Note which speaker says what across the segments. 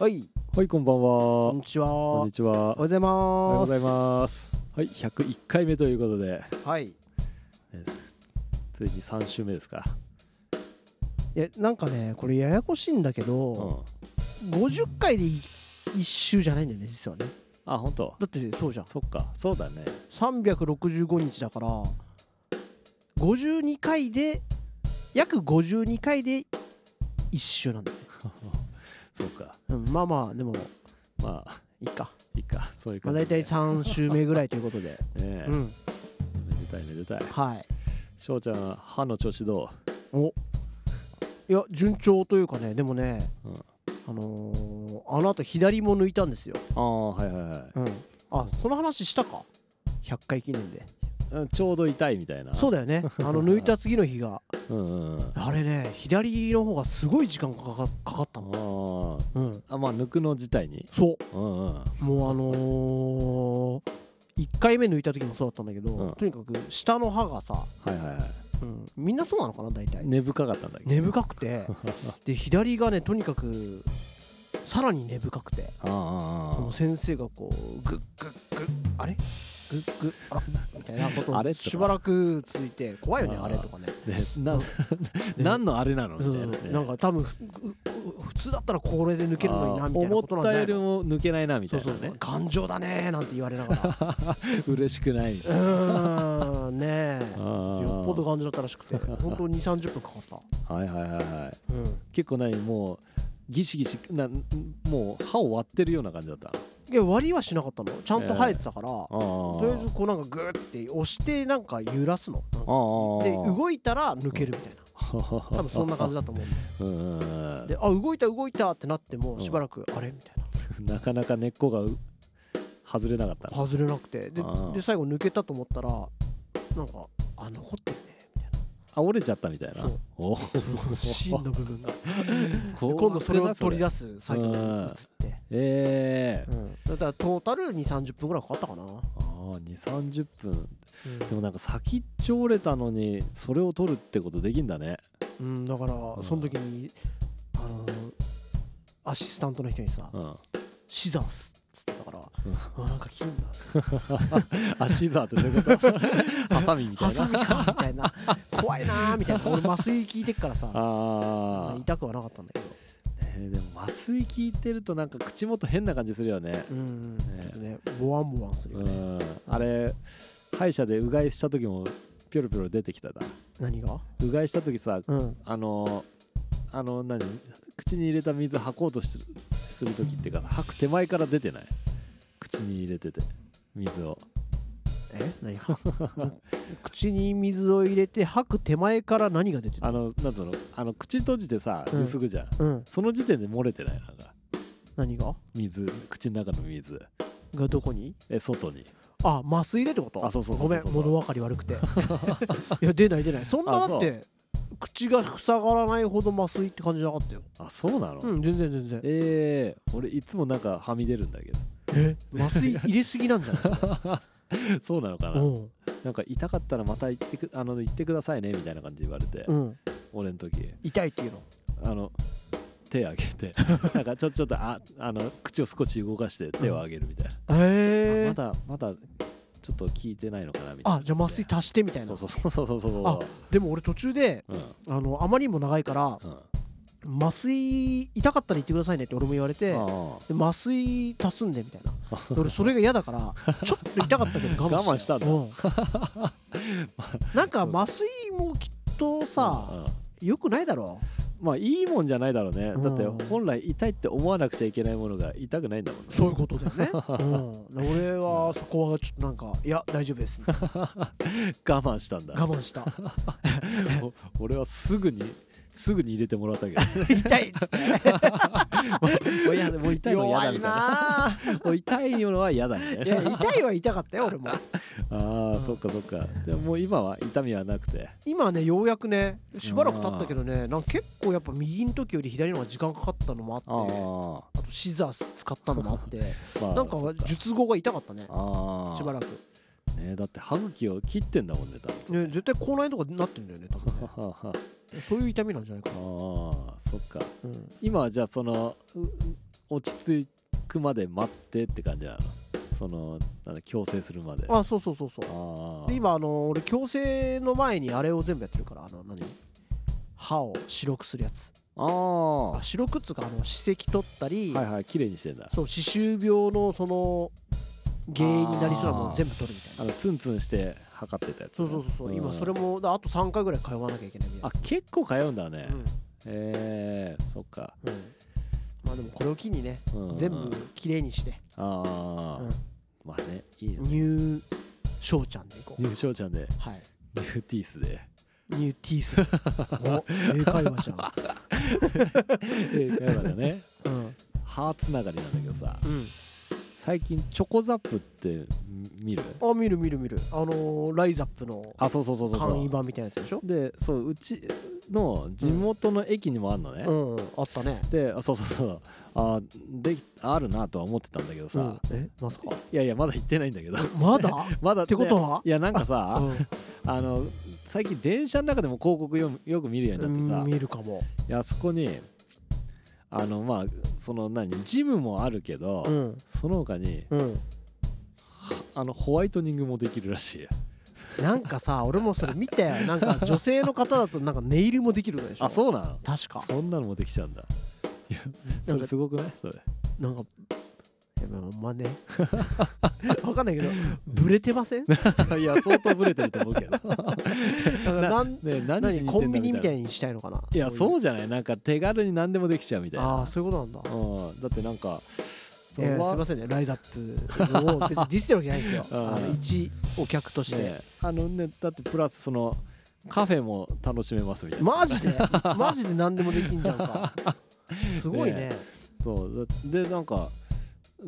Speaker 1: はい、
Speaker 2: はい、こんばん
Speaker 1: こん
Speaker 2: は。
Speaker 1: にちは。
Speaker 2: こ
Speaker 1: おは
Speaker 2: んに
Speaker 1: よ
Speaker 2: ちは。
Speaker 1: うござい
Speaker 2: おは
Speaker 1: ま
Speaker 2: ようご
Speaker 1: す。
Speaker 2: ざいます。はい、101回目ということで、
Speaker 1: はい。
Speaker 2: ついに3週目ですか。
Speaker 1: え、なんかね、これややこしいんだけど、
Speaker 2: ん。
Speaker 1: 50回で1周じゃないんだよね、実はね。
Speaker 2: あ、本当。
Speaker 1: だってそうじゃん。
Speaker 2: そっか、そうだね。
Speaker 1: 365日だから、52回で、約52回で1周なんだよね。
Speaker 2: そうか。
Speaker 1: うん、まあまあ、でも、
Speaker 2: まあ、
Speaker 1: いいか。
Speaker 2: いいか。そういう
Speaker 1: ま
Speaker 2: 感
Speaker 1: あ、
Speaker 2: じ
Speaker 1: 大
Speaker 2: で。
Speaker 1: 体3周目ぐらいということ で。
Speaker 2: ねえ、
Speaker 1: うん。
Speaker 2: めでたいめでたい。
Speaker 1: はい。
Speaker 2: しょうちゃん、歯の調子ど
Speaker 1: おいや順調というかねでもね、
Speaker 2: うん
Speaker 1: あのーあのあと左も抜いたんですよ、
Speaker 2: うああ、はいはいはい
Speaker 1: うん、あその話したか100回記念で
Speaker 2: うん。ちょうど痛いみたいな。
Speaker 1: そう
Speaker 2: う。
Speaker 1: だよ ねあの抜いた次の日が
Speaker 2: うんうんうん。あ
Speaker 1: あれね左の方がすごい時間かかかかったの、
Speaker 2: ー
Speaker 1: うん、
Speaker 2: あ、まあ、抜くの自体に。
Speaker 1: そ
Speaker 2: うんうん。
Speaker 1: うもうあのー、1回目抜いた時もそうだったんだけど、
Speaker 2: うん
Speaker 1: とにかく下の歯がさ、
Speaker 2: はいはいは
Speaker 1: うん、みんなそうなのかな大体
Speaker 2: い。根深かったんだっけど。
Speaker 1: 根深くてで左がねとにかくさらに根深くて
Speaker 2: あああ
Speaker 1: もう先生がこうグッグッグッあれグッグッあらみたいなこと
Speaker 2: あれ
Speaker 1: を
Speaker 2: ってな
Speaker 1: しばらく続いて怖いよね
Speaker 2: あー
Speaker 1: あれとか ね
Speaker 2: あ。で、な、何のあれなのみ
Speaker 1: そう
Speaker 2: たい
Speaker 1: そ
Speaker 2: な
Speaker 1: うそう
Speaker 2: ね。
Speaker 1: なんか多分ふふ普通だったらこれで抜けるのに
Speaker 2: あ
Speaker 1: な
Speaker 2: ー
Speaker 1: みたいなことなんじゃな
Speaker 2: 思ったよ
Speaker 1: い
Speaker 2: り
Speaker 1: の
Speaker 2: も抜けないなみ
Speaker 1: そ
Speaker 2: た
Speaker 1: う
Speaker 2: い
Speaker 1: そ
Speaker 2: な
Speaker 1: うそ
Speaker 2: ね
Speaker 1: う頑丈だねーなんて言われながら
Speaker 2: 嬉しくないみたいう
Speaker 1: ーんねえ
Speaker 2: な
Speaker 1: よっぽど頑丈だったらしくて本当に2 3 0分かかっ
Speaker 2: はいはいはいはい
Speaker 1: た、うん、
Speaker 2: 結構何もうギシギシなんもう歯を割ってるような感じだった
Speaker 1: で割りはしなかったのちゃんと生えてたから、
Speaker 2: あと
Speaker 1: とりあえずこうなんかグーって押してなんか揺らすのなんかで
Speaker 2: あ
Speaker 1: 動いたら抜けるみたいな
Speaker 2: あ
Speaker 1: 多分そんな感じ
Speaker 2: だ
Speaker 1: だと思うんだ
Speaker 2: うんうんうん
Speaker 1: であ動いた動いたってなっても
Speaker 2: ん
Speaker 1: しばらくあれみたいな
Speaker 2: なかなか根っこがう外れなかったの
Speaker 1: 外れなくてで
Speaker 2: うん
Speaker 1: で最後抜けたと思ったらなんかあ残ってるねみたい
Speaker 2: あ折れちゃったみたいな
Speaker 1: そう
Speaker 2: お
Speaker 1: な芯の部分がで今
Speaker 2: 今
Speaker 1: 度それを取り
Speaker 2: 出
Speaker 1: 出す作業に移って、
Speaker 2: ええ
Speaker 1: うん、だからトータル2 3 0分ぐらいかかったかな、うん
Speaker 2: ああ2 3 0分でもなんか先っちょ折れたのにそれを取るってことできんだね
Speaker 1: うんだからその時にあのアシスタントの人にさ
Speaker 2: うん
Speaker 1: 「シザース」っつってたから「あなんか切るんだ」
Speaker 2: あシザーってどういうこと ハサミみた
Speaker 1: ハ
Speaker 2: いな
Speaker 1: サミかみたいな怖いなーみたいな俺麻酔聞いてっからさま
Speaker 2: あ
Speaker 1: あ
Speaker 2: ー
Speaker 1: 痛くはなかったんだけど
Speaker 2: えーでも麻酔効いてるとなんか口元変な感じするよね
Speaker 1: うんうん、
Speaker 2: ね
Speaker 1: ちょっとねボワンボワンするよ
Speaker 2: う
Speaker 1: ね、
Speaker 2: んあれ歯医者でうがいした時もピョロピョロ出てきただ
Speaker 1: 何が
Speaker 2: うがいした時さ
Speaker 1: うん
Speaker 2: あのあの何口に入れた水吐こうとするする時っていうか吐く手前から出てない口に入れてて水を
Speaker 1: え何 口に水を入れて吐く手前から何が出てる
Speaker 2: あのなんつうのあの口閉じてさ
Speaker 1: うん
Speaker 2: ゆすぐじゃん、
Speaker 1: うん
Speaker 2: その時点で漏れてないなんか
Speaker 1: 何が
Speaker 2: 水口の中の水
Speaker 1: がどこに
Speaker 2: え外に
Speaker 1: あ麻酔でってこと
Speaker 2: あそうそうそう
Speaker 1: ご
Speaker 2: そ
Speaker 1: め
Speaker 2: うん
Speaker 1: 物分かり悪くて いや出ない出ないそんな
Speaker 2: あ
Speaker 1: だって口が塞がらないほど麻酔って感じなかったよ
Speaker 2: あそうなの、
Speaker 1: うん全然全然
Speaker 2: ええ俺いつもなんかはみ出るんだけど
Speaker 1: え麻酔入れすぎなんじゃない
Speaker 2: そうなのかな、
Speaker 1: うん
Speaker 2: なんか痛かったらまた行ってくあの行ってくださいねみたいな感じで言われて、
Speaker 1: うん
Speaker 2: 俺の時
Speaker 1: 痛いっていうの
Speaker 2: あの手上げて なんかちょちょっとああの口を少し動かして手を上げるみたいな、
Speaker 1: え
Speaker 2: あまだまだちょっと効いてないのかなみたいな
Speaker 1: あじゃあ麻酔足してみたい
Speaker 2: そ
Speaker 1: な
Speaker 2: うそうそうそうそうそうそう
Speaker 1: あでも俺途中で
Speaker 2: うん
Speaker 1: あのあまりにも長いから
Speaker 2: うんあ
Speaker 1: 麻酔痛かったら言ってくださいねって俺も言われて
Speaker 2: あ
Speaker 1: で麻酔足すんでみたいな俺それが嫌だからちょっと痛かったけど我慢
Speaker 2: 我
Speaker 1: 慢したんだ、うんなんか麻酔もきっと
Speaker 2: うん
Speaker 1: さ
Speaker 2: うん
Speaker 1: 良くないだろ
Speaker 2: まあいいもんじゃないだろうね、
Speaker 1: うん
Speaker 2: だって本来痛いって思わなくちゃいけないものが痛くないんだもんね
Speaker 1: うそういうことだよね、うん、俺はそこはちょっとなんかいや大丈夫ですみたいな
Speaker 2: 我慢したんだ
Speaker 1: 我慢 した
Speaker 2: お 俺はすぐにすぐに入れてもらったけど
Speaker 1: 痛いっつって
Speaker 2: もう いやもう痛いの嫌
Speaker 1: 弱
Speaker 2: だ
Speaker 1: い
Speaker 2: みたいな
Speaker 1: なぁ
Speaker 2: もう痛いのは嫌だみたい
Speaker 1: い
Speaker 2: な
Speaker 1: や痛いは痛かったよ俺も
Speaker 2: ああそっかそっかでももう今は痛みはなくて
Speaker 1: 今はねようやくねしばらく経ったけどねなんか結構やっぱ右の時より左の方が時間かかったのもあって
Speaker 2: ああ
Speaker 1: あとシザース使ったのもあって
Speaker 2: まあ
Speaker 1: なんか
Speaker 2: そっ
Speaker 1: 術後が痛かったね
Speaker 2: ああ
Speaker 1: しばらく、
Speaker 2: ねだって歯茎を切ってんだもんね多分
Speaker 1: ね、 絶対口内炎とかなってんだよね多分ね
Speaker 2: ははは
Speaker 1: そういう痛みなんじゃないか
Speaker 2: ああ
Speaker 1: な、
Speaker 2: そっか
Speaker 1: うん、
Speaker 2: 今はじゃあそのう落ち着くまで待ってって感じなのそのなんだ強制するまであ
Speaker 1: あそうそうそうそう
Speaker 2: あ
Speaker 1: で今あの俺矯正の前にあれを全部やってるからあの何歯を白くするやつ
Speaker 2: ああ
Speaker 1: あ白くっつうかあの歯石取ったり、
Speaker 2: はいはい綺麗にしてんだ
Speaker 1: そう歯周病のその原因になりそうなものを全部取るみたい
Speaker 2: あ
Speaker 1: な
Speaker 2: のツンツンして測ってたやつ
Speaker 1: そ
Speaker 2: ね、
Speaker 1: うそうそうそう、
Speaker 2: ん
Speaker 1: 今それもだあと3回ぐらい通わなきゃいけないみたい
Speaker 2: あ結構通うんだね、
Speaker 1: な
Speaker 2: えー、そっか、
Speaker 1: うん、うん、まあでもこれを機にね
Speaker 2: うん
Speaker 1: 全部きれいにして、
Speaker 2: ああ、
Speaker 1: うん
Speaker 2: まあねいいね
Speaker 1: ニューショーちゃんでいこう
Speaker 2: ニューショーちゃんで
Speaker 1: はい
Speaker 2: ニューティースで
Speaker 1: ニューティースお英会話じ ゃ
Speaker 2: 英会話だ ね
Speaker 1: んうん
Speaker 2: 歯つながりなんだけどさ
Speaker 1: うん
Speaker 2: 最近チョコザップってみ見る
Speaker 1: あ見る見る見るあのーライザップの
Speaker 2: あそうそうそうそうそう
Speaker 1: 簡易版みたいなやつでしょ
Speaker 2: でそううちの地元の駅にもあるのね、
Speaker 1: うん、うん、あったね
Speaker 2: であそうそうそうあできあるなとは思ってたんだけどさ、
Speaker 1: うんえまさか
Speaker 2: いやいやまだ行ってないんだけど
Speaker 1: まだ
Speaker 2: まだっ
Speaker 1: ってことはい
Speaker 2: やなんかさ
Speaker 1: うん
Speaker 2: あの最近電車の中でも広告よむよく見るようになって
Speaker 1: 見るかも
Speaker 2: さいやあそこにあのまあその何ジムもあるけど、
Speaker 1: うん
Speaker 2: その他に
Speaker 1: うん
Speaker 2: あのホワイトニングもできるらしい
Speaker 1: なんかさ俺もそれ見たよ なんか女性の方だとなんかネイルもできるでしょ
Speaker 2: あそうなの
Speaker 1: 確か
Speaker 2: そんなのもできちゃうんだいや
Speaker 1: な
Speaker 2: そ
Speaker 1: ん
Speaker 2: れ
Speaker 1: か
Speaker 2: すごくないそれ
Speaker 1: なんかいやまあまあ ねわかんないけどブレてません
Speaker 2: いや相当ブレてると思うけど
Speaker 1: な
Speaker 2: な、
Speaker 1: ん
Speaker 2: ね、何し
Speaker 1: 何
Speaker 2: に
Speaker 1: コンビニみた
Speaker 2: い
Speaker 1: いにしたいのかない
Speaker 2: やそううじゃないなんか手軽に何でもできちゃうみたいな
Speaker 1: ああーそういうことなんだ
Speaker 2: うん、だってなんかそ
Speaker 1: いやいやすいませんねライズアップを別にディスってるわけじゃない ですよ
Speaker 2: あー
Speaker 1: あの一お客として、
Speaker 2: ねあのねだってプラスそのカフェも楽しめますみたいな
Speaker 1: マ ジでマジで何でもできんじゃんかすごいね
Speaker 2: そうだでなんか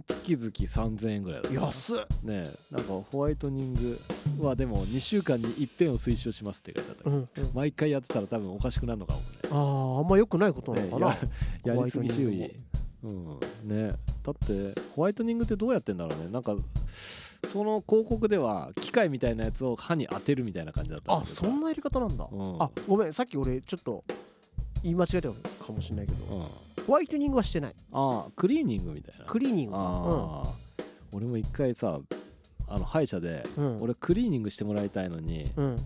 Speaker 2: 月々3000円ぐらいだった
Speaker 1: 安っ、
Speaker 2: ねなんかホワイトニングはでも2週間に一遍を推奨しますって書いてあったけ
Speaker 1: う
Speaker 2: ど、
Speaker 1: ん、
Speaker 2: 毎回やってたら多分おかしくなるのかも
Speaker 1: あーあんま良くないことな
Speaker 2: ね
Speaker 1: のか
Speaker 2: ね
Speaker 1: な、
Speaker 2: ややりすぎ注
Speaker 1: ホワイ
Speaker 2: 意うんねだってホワイトニングってどうやってんだろうねなんかその広告では機械みたいなやつを歯に当てるみたいな感じだったん
Speaker 1: あ
Speaker 2: だけど
Speaker 1: そんなやり方なんだ、
Speaker 2: うん
Speaker 1: あごめんさっき俺ちょっと言い間違えたかもしれないけど、
Speaker 2: うん
Speaker 1: ホワイトニングはしてない
Speaker 2: ああクリーニングみたいな
Speaker 1: クリーニングか
Speaker 2: ああ、俺も一回さあの歯医者で、
Speaker 1: うん
Speaker 2: 俺クリーニングしてもらいたいのに、
Speaker 1: うん、うん、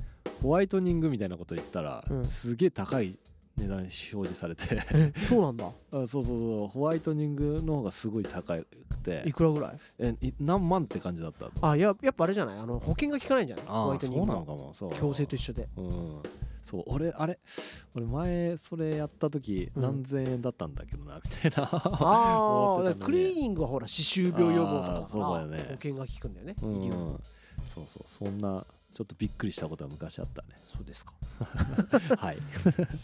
Speaker 2: ホワイトニングみたいなこと言ったら、
Speaker 1: うん
Speaker 2: すげえ高い値段表示さ れて
Speaker 1: えそうなん だ
Speaker 2: あそうそうそうホワイトニングの方がすごい高くて
Speaker 1: いくらぐらい
Speaker 2: えい何万って感じだった
Speaker 1: あいややっぱあれじゃないあの保険が効かないんじゃないホ
Speaker 2: あ
Speaker 1: ワ
Speaker 2: あ
Speaker 1: イト
Speaker 2: そう
Speaker 1: ニング
Speaker 2: な
Speaker 1: は
Speaker 2: のかもそう
Speaker 1: 強制と一緒 で
Speaker 2: うんそう俺あれ俺前それやった時
Speaker 1: うん
Speaker 2: 何千円だったんだけどなみたいな、
Speaker 1: あ
Speaker 2: 終わってたの
Speaker 1: あク
Speaker 2: に
Speaker 1: リーニングはほら歯周病予防とかだ
Speaker 2: あー
Speaker 1: か
Speaker 2: そうだ
Speaker 1: ら
Speaker 2: よね
Speaker 1: 保険が効くんだよね、
Speaker 2: うん
Speaker 1: 医療の
Speaker 2: そうそうそんなちょっとびっくりしたことは昔あったね
Speaker 1: そうですか
Speaker 2: はい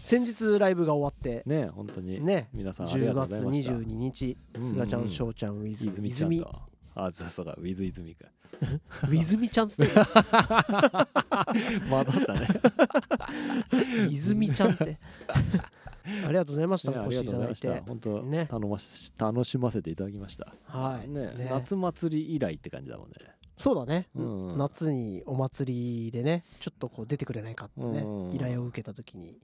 Speaker 1: 先日ライブが終わって
Speaker 2: ね本当に
Speaker 1: ね
Speaker 2: 皆さんありが
Speaker 1: 10
Speaker 2: とうござ
Speaker 1: 月
Speaker 2: いました
Speaker 1: 22日
Speaker 2: うんうん
Speaker 1: すがちゃんしょうちゃんウィズ
Speaker 2: 泉ちゃんとあそうそうかウィズ泉か
Speaker 1: ウ ィズミちゃんっつって
Speaker 2: まだったね
Speaker 1: 泉ちゃんって ありがとうございました
Speaker 2: ねあ
Speaker 1: お
Speaker 2: り
Speaker 1: 越
Speaker 2: が
Speaker 1: しい
Speaker 2: とう
Speaker 1: ただい
Speaker 2: ございましてた本当
Speaker 1: ね
Speaker 2: 頼まし楽しませていただきました
Speaker 1: はい
Speaker 2: ね
Speaker 1: ね
Speaker 2: 夏祭り以来って感じだもんね
Speaker 1: そうだね、
Speaker 2: うんうん
Speaker 1: 夏にお祭りでねちょっとこう出てくれないかってね、
Speaker 2: うんうん
Speaker 1: 依頼を受けた時に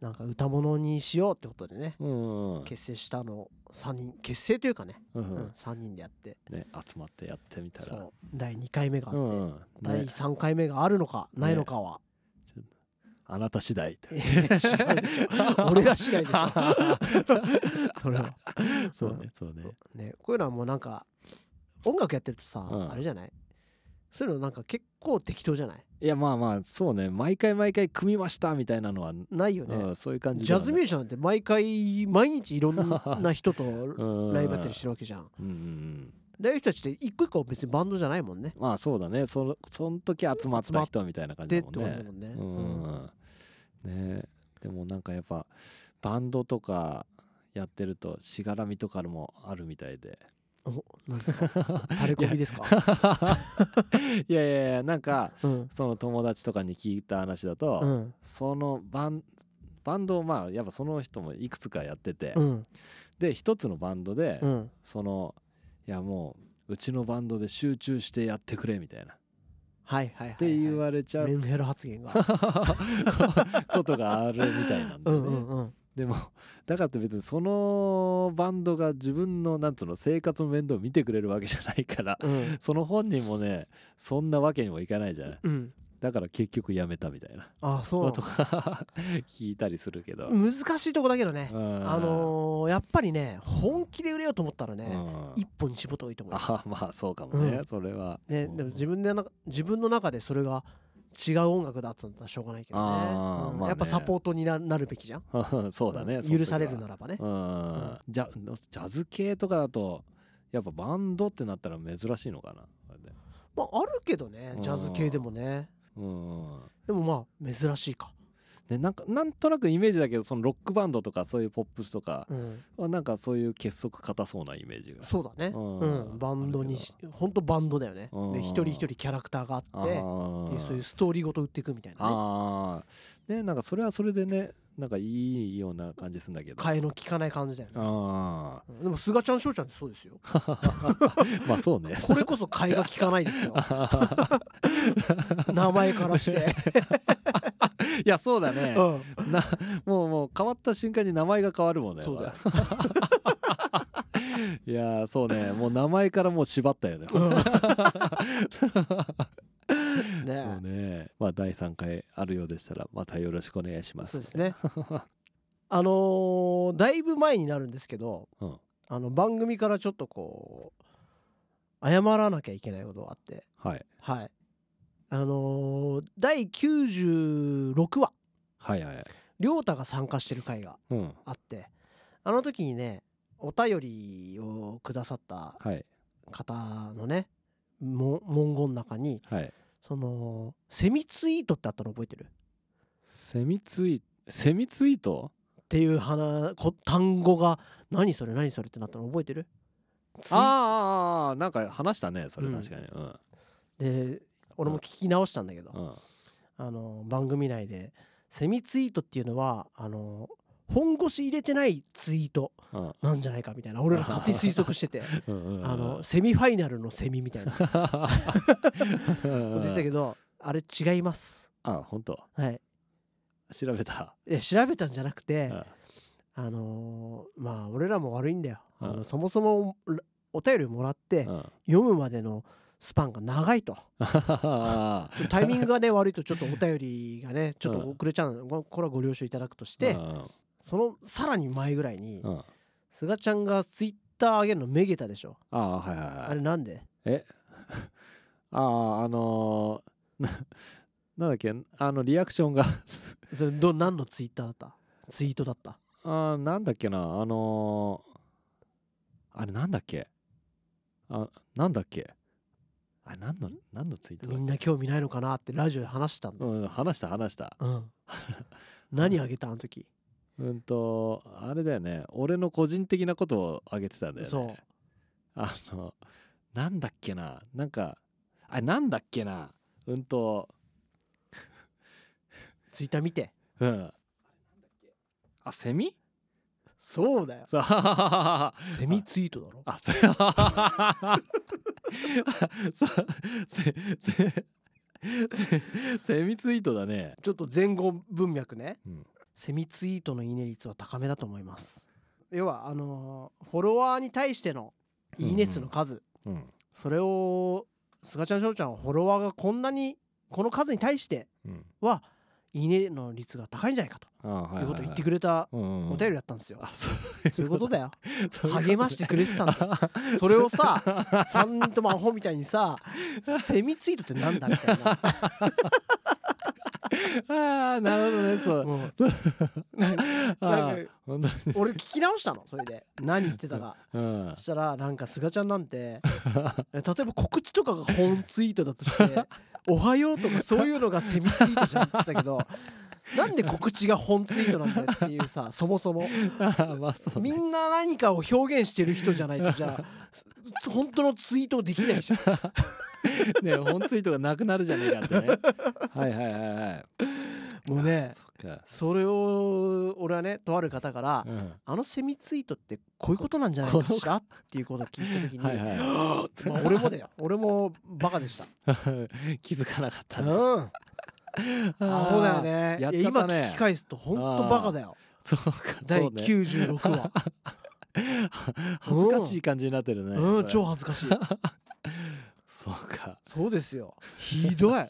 Speaker 1: なんか歌物にしようってことでね
Speaker 2: うんうん
Speaker 1: 結成したの3人結成というかね、
Speaker 2: うんう
Speaker 1: うん
Speaker 2: ん
Speaker 1: 3人でやって
Speaker 2: ね集まってやってみた
Speaker 1: そ
Speaker 2: ら
Speaker 1: う第2回目があ
Speaker 2: う
Speaker 1: って、
Speaker 2: んうん
Speaker 1: 第
Speaker 2: ね
Speaker 1: 3回目があるのかないのか は、
Speaker 2: あなた次第って
Speaker 1: いや違うでし ょ俺ら次第でしょ それは
Speaker 2: そうねそうね
Speaker 1: ねこういうのはもうなんか音楽やってるとさ、
Speaker 2: うん
Speaker 1: あれじゃないそういうのなんか結構適当じゃない
Speaker 2: いやまあまあそうね毎回毎回組みましたみたいなのは
Speaker 1: ないよね、
Speaker 2: うんそういう感じ
Speaker 1: ジ
Speaker 2: で
Speaker 1: ャ
Speaker 2: は
Speaker 1: ズミュージシャンなんて毎回毎日いろんな人と
Speaker 2: うん
Speaker 1: ライブやったりしてるわけじゃん。
Speaker 2: うんうんうん
Speaker 1: でああいう人たちって一個一個別にバンドじゃないもんね。
Speaker 2: まあそうだねそのその時集まった人みたいな感
Speaker 1: で
Speaker 2: じ
Speaker 1: って
Speaker 2: だも
Speaker 1: ことだ
Speaker 2: んね
Speaker 1: もんね。
Speaker 2: うんねでもなんかやっぱバンドとかやってるとしがらみとかもあるみたいで
Speaker 1: おなんですか垂れ込みですか、
Speaker 2: いやいやいやなんか
Speaker 1: うん
Speaker 2: その友達とかに聞いた話だと、
Speaker 1: うん
Speaker 2: そのバンバンドをまあやっぱその人もいくつかやってて、
Speaker 1: うん
Speaker 2: で一つのバンドで、
Speaker 1: うん
Speaker 2: そのいやもううちのバンドで集中してやってくれみたいなっ
Speaker 1: はいはいはい、はい。って
Speaker 2: 言われちゃう
Speaker 1: メンヘラ発言が。
Speaker 2: ことがあるみたいなんだ
Speaker 1: う
Speaker 2: よ
Speaker 1: ん
Speaker 2: ね。
Speaker 1: うんうん。
Speaker 2: でもだからって別にそのバンドが自分のなんつうの生活の面倒を見てくれるわけじゃないから
Speaker 1: うん、
Speaker 2: その本人もねそんなわけにもいかないじゃない
Speaker 1: うん、
Speaker 2: だから結局やめたみたいな
Speaker 1: ああそうなの
Speaker 2: ことか 聞いたりするけど、
Speaker 1: 難しいとこだけどねあ
Speaker 2: あ
Speaker 1: のーやっぱりね本気で売れようと思ったらね、一本に絞った方がいいと思うよ
Speaker 2: あまあそうかもね、
Speaker 1: うん
Speaker 2: それは、
Speaker 1: ね、
Speaker 2: うん
Speaker 1: でも自分でな自分の中でそれが違う音楽だったんだったらしょうがないけどね,うん、
Speaker 2: あーまあね
Speaker 1: やっぱサポートにななるべきじゃん
Speaker 2: そうだね、
Speaker 1: ん許されるな
Speaker 2: ら
Speaker 1: らばね、
Speaker 2: うんジャジャズ系とかだとやっぱバンドってなったら珍しいのかな
Speaker 1: まああるけどねジャズ系でもね
Speaker 2: うん
Speaker 1: でもまあ珍しいか、
Speaker 2: でなんかなんとなくイメージだけどそのロックバンドとかそういうポップスとか
Speaker 1: うん、
Speaker 2: はなんかそういう結束硬そうなイメージが
Speaker 1: そうだね、
Speaker 2: う
Speaker 1: うんんバンドにしほんとバンドだよね、
Speaker 2: うん
Speaker 1: で一人一人キャラクターがあってっ
Speaker 2: あ
Speaker 1: ていうそういううストーリーごと売っていくみたいなね
Speaker 2: あーねなんかそれはそれでねなんかいいような感じするんだけど
Speaker 1: 替えの利かない感じだよね
Speaker 2: あ
Speaker 1: うんでも菅ちゃん翔ちゃんってそうですよ
Speaker 2: ーまあそう ね
Speaker 1: これこそ替えが利かないです よ名前からして、
Speaker 2: いやそうだね、
Speaker 1: うん、
Speaker 2: な もうもう変わった瞬間に名前が変わるもんね
Speaker 1: そうだよ
Speaker 2: いやーそうねもう名前からもう縛ったよね、
Speaker 1: うん
Speaker 2: そう
Speaker 1: ね
Speaker 2: ねまあ第3回あるようでしたらまたよろしくお願いします
Speaker 1: そうですね あのーだいぶ前になるんですけど、
Speaker 2: うん
Speaker 1: あの番組からちょっとこう謝らなきゃいけないことがあって
Speaker 2: はい、
Speaker 1: はいあのー第96話
Speaker 2: はいはいはい
Speaker 1: 亮太が参加してる回が
Speaker 2: うん
Speaker 1: あってあの時にねお便りをくださった
Speaker 2: はい
Speaker 1: 方のねも文言の中に
Speaker 2: はい
Speaker 1: そのセミツイートってあったの覚えてる
Speaker 2: セミツイセミツイート
Speaker 1: っていう話こ単語が何それ何それってなったの覚えてるツイ
Speaker 2: あーあーあーなんか話したねそれ確かにうん
Speaker 1: で俺も聞き直したんだけど、
Speaker 2: うん
Speaker 1: あの番組内でセミツイートっていうのはあの本腰入れてないツイート
Speaker 2: うん
Speaker 1: なんじゃないかみたいな俺ら勝手に推測してて
Speaker 2: うんうんうん
Speaker 1: あのセミファイナルのセミみたいな
Speaker 2: うんう
Speaker 1: 出
Speaker 2: ん
Speaker 1: てたけどあれ違います
Speaker 2: あ本当
Speaker 1: はい
Speaker 2: 調べた
Speaker 1: いや調べたんじゃなくて、
Speaker 2: うん
Speaker 1: あのーまあ俺らも悪いんだよ、
Speaker 2: うん
Speaker 1: あのそもそもお便りもらって
Speaker 2: うん
Speaker 1: 読むまでのスパンが長いとちょっとタイミングがね悪いとちょっとお便りがねちょっと遅れちゃうのここれはご了承いただくとして、
Speaker 2: うん
Speaker 1: そのさらに前ぐらいに
Speaker 2: うんあ
Speaker 1: 菅ちゃんがツイッター上げるのめげたでしょ
Speaker 2: あはいはいはい
Speaker 1: あれなんで
Speaker 2: えあああのー、ななんだっけあのリアクションが
Speaker 1: それど何のツイッターだったツイートだった
Speaker 2: あーなんだっけなあのー、あれなんだっけあなんだっけあ何の何のツイートだ
Speaker 1: みんな興味ないのかなってラジオで話したんだ
Speaker 2: うん、話した話した
Speaker 1: うん何あげたあの時
Speaker 2: うんとあれだよね俺の個人的なことをあげてたんだよね
Speaker 1: そう
Speaker 2: あのなんだっけななんかあなんだっけなうんと
Speaker 1: ツイッター見て
Speaker 2: うんあセミ
Speaker 1: そうだよ
Speaker 2: そう
Speaker 1: セミツイートだろ
Speaker 2: あ、 そう。そうせ、せ、せ、セミツイートだね。
Speaker 1: ちょっと前後文脈ね
Speaker 2: うん。
Speaker 1: セミツイートのいいね率は高めだと思います要はあのーフォロワーに対してのいいね数の数、
Speaker 2: うん。
Speaker 1: それを菅ちゃん翔ちゃんはフォロワーがこんなにこの数に対してはいいねの率が高いんじゃないかと
Speaker 2: あ、はい、はい。
Speaker 1: いうことを言ってくれた
Speaker 2: うんうんうん。
Speaker 1: お便りだったんですよ、
Speaker 2: あ、そう。
Speaker 1: そういうことだよ
Speaker 2: そういうこと
Speaker 1: 励ま してくれてたんだよそれをさ3人ともアホみたいに さセミツイートってなんだみたいな
Speaker 2: ああ、なるほどね。 そう。
Speaker 1: もう なんか
Speaker 2: あー本当
Speaker 1: 俺聞き直したのそれで何言ってたか
Speaker 2: に。うん
Speaker 1: そ。したらなんか菅ちゃんなんてえ例えば告知とかが本ツイートだと して「おはよう」とかそういうのがセミツイートじゃんって言ってたけどなんで告知が本ツイートなんだよっていう さそもそも
Speaker 2: あーまあ、そう
Speaker 1: み
Speaker 2: ね。
Speaker 1: んな何かを表現してる人じゃないとじゃ あす本当のツイートできないじゃん
Speaker 2: ね、本ツイートがなくなるじゃねえかってね。 はい、はい、はい、はい。
Speaker 1: もうね
Speaker 2: そっか。
Speaker 1: それを俺はねとある方から
Speaker 2: う
Speaker 1: 「あのセミツイートってこういうことなんじゃないかしら?」っていうことを聞いた時に、
Speaker 2: ん。はい、は
Speaker 1: まあ、俺もだよ俺もバカでした。
Speaker 2: い。 気づかなかったね。
Speaker 1: うんアホだよ
Speaker 2: あー
Speaker 1: ね
Speaker 2: やっ
Speaker 1: い
Speaker 2: ち
Speaker 1: や
Speaker 2: ゃっ
Speaker 1: 今
Speaker 2: たね
Speaker 1: 聞き返すと本当バカだよ
Speaker 2: そうか
Speaker 1: 第
Speaker 2: そうね
Speaker 1: 96話
Speaker 2: 恥ずかしい感じになってるね
Speaker 1: うん
Speaker 2: そ
Speaker 1: 超
Speaker 2: れ
Speaker 1: 恥ずかしい
Speaker 2: そうか
Speaker 1: そうです よひどい
Speaker 2: あ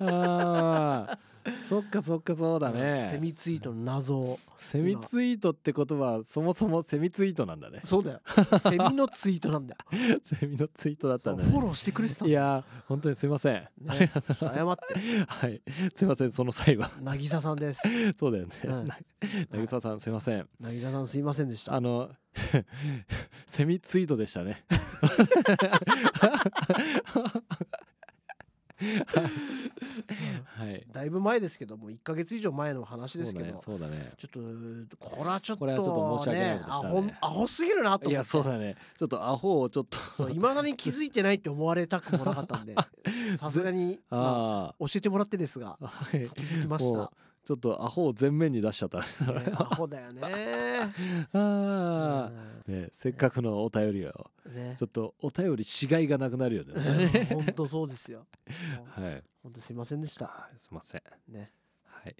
Speaker 2: ーそっかそっかそうだね
Speaker 1: セミツイートの謎を
Speaker 2: セミツイートって言葉はそもそもセミツイートなんだね
Speaker 1: そう だよセミのツイートなんだよ
Speaker 2: セミのツイートだったんだ
Speaker 1: フォ
Speaker 2: ね
Speaker 1: ローしてくれてたん
Speaker 2: い
Speaker 1: だよ
Speaker 2: やー本当にすいません
Speaker 1: ね謝って
Speaker 2: はいすいませんその際は
Speaker 1: 渚さんです
Speaker 2: そうだよね、
Speaker 1: うん
Speaker 2: な渚さんすいません
Speaker 1: 渚さんすいませんでした
Speaker 2: あの セミツイートでした ねはい、はい、
Speaker 1: だいぶ前ですけどもう1か月以上前の話ですけど、
Speaker 2: そうだねそうだね
Speaker 1: ちょっとこれはちょっと
Speaker 2: これはちょっと申し訳ない
Speaker 1: ね
Speaker 2: こと
Speaker 1: ア
Speaker 2: した
Speaker 1: ホ
Speaker 2: ね
Speaker 1: アホすぎるなと
Speaker 2: い
Speaker 1: 思
Speaker 2: や
Speaker 1: って
Speaker 2: そうだねちょっとアホをちょっと
Speaker 1: いまだに気づいてないって思われたくもなかったん でさすがに、ま
Speaker 2: あ
Speaker 1: あ、教えてもらってですが
Speaker 2: あはい
Speaker 1: 気づきまし
Speaker 2: も
Speaker 1: た
Speaker 2: う、ちょっとアホを前面に出しちゃったね
Speaker 1: ね アホだよね
Speaker 2: あーねせっかくのお便りを
Speaker 1: うんね
Speaker 2: ちょっとお便りしがいがなくなるよね
Speaker 1: 本当そうですよ
Speaker 2: はい
Speaker 1: 本当すいませんでした
Speaker 2: あすいません
Speaker 1: ね
Speaker 2: はい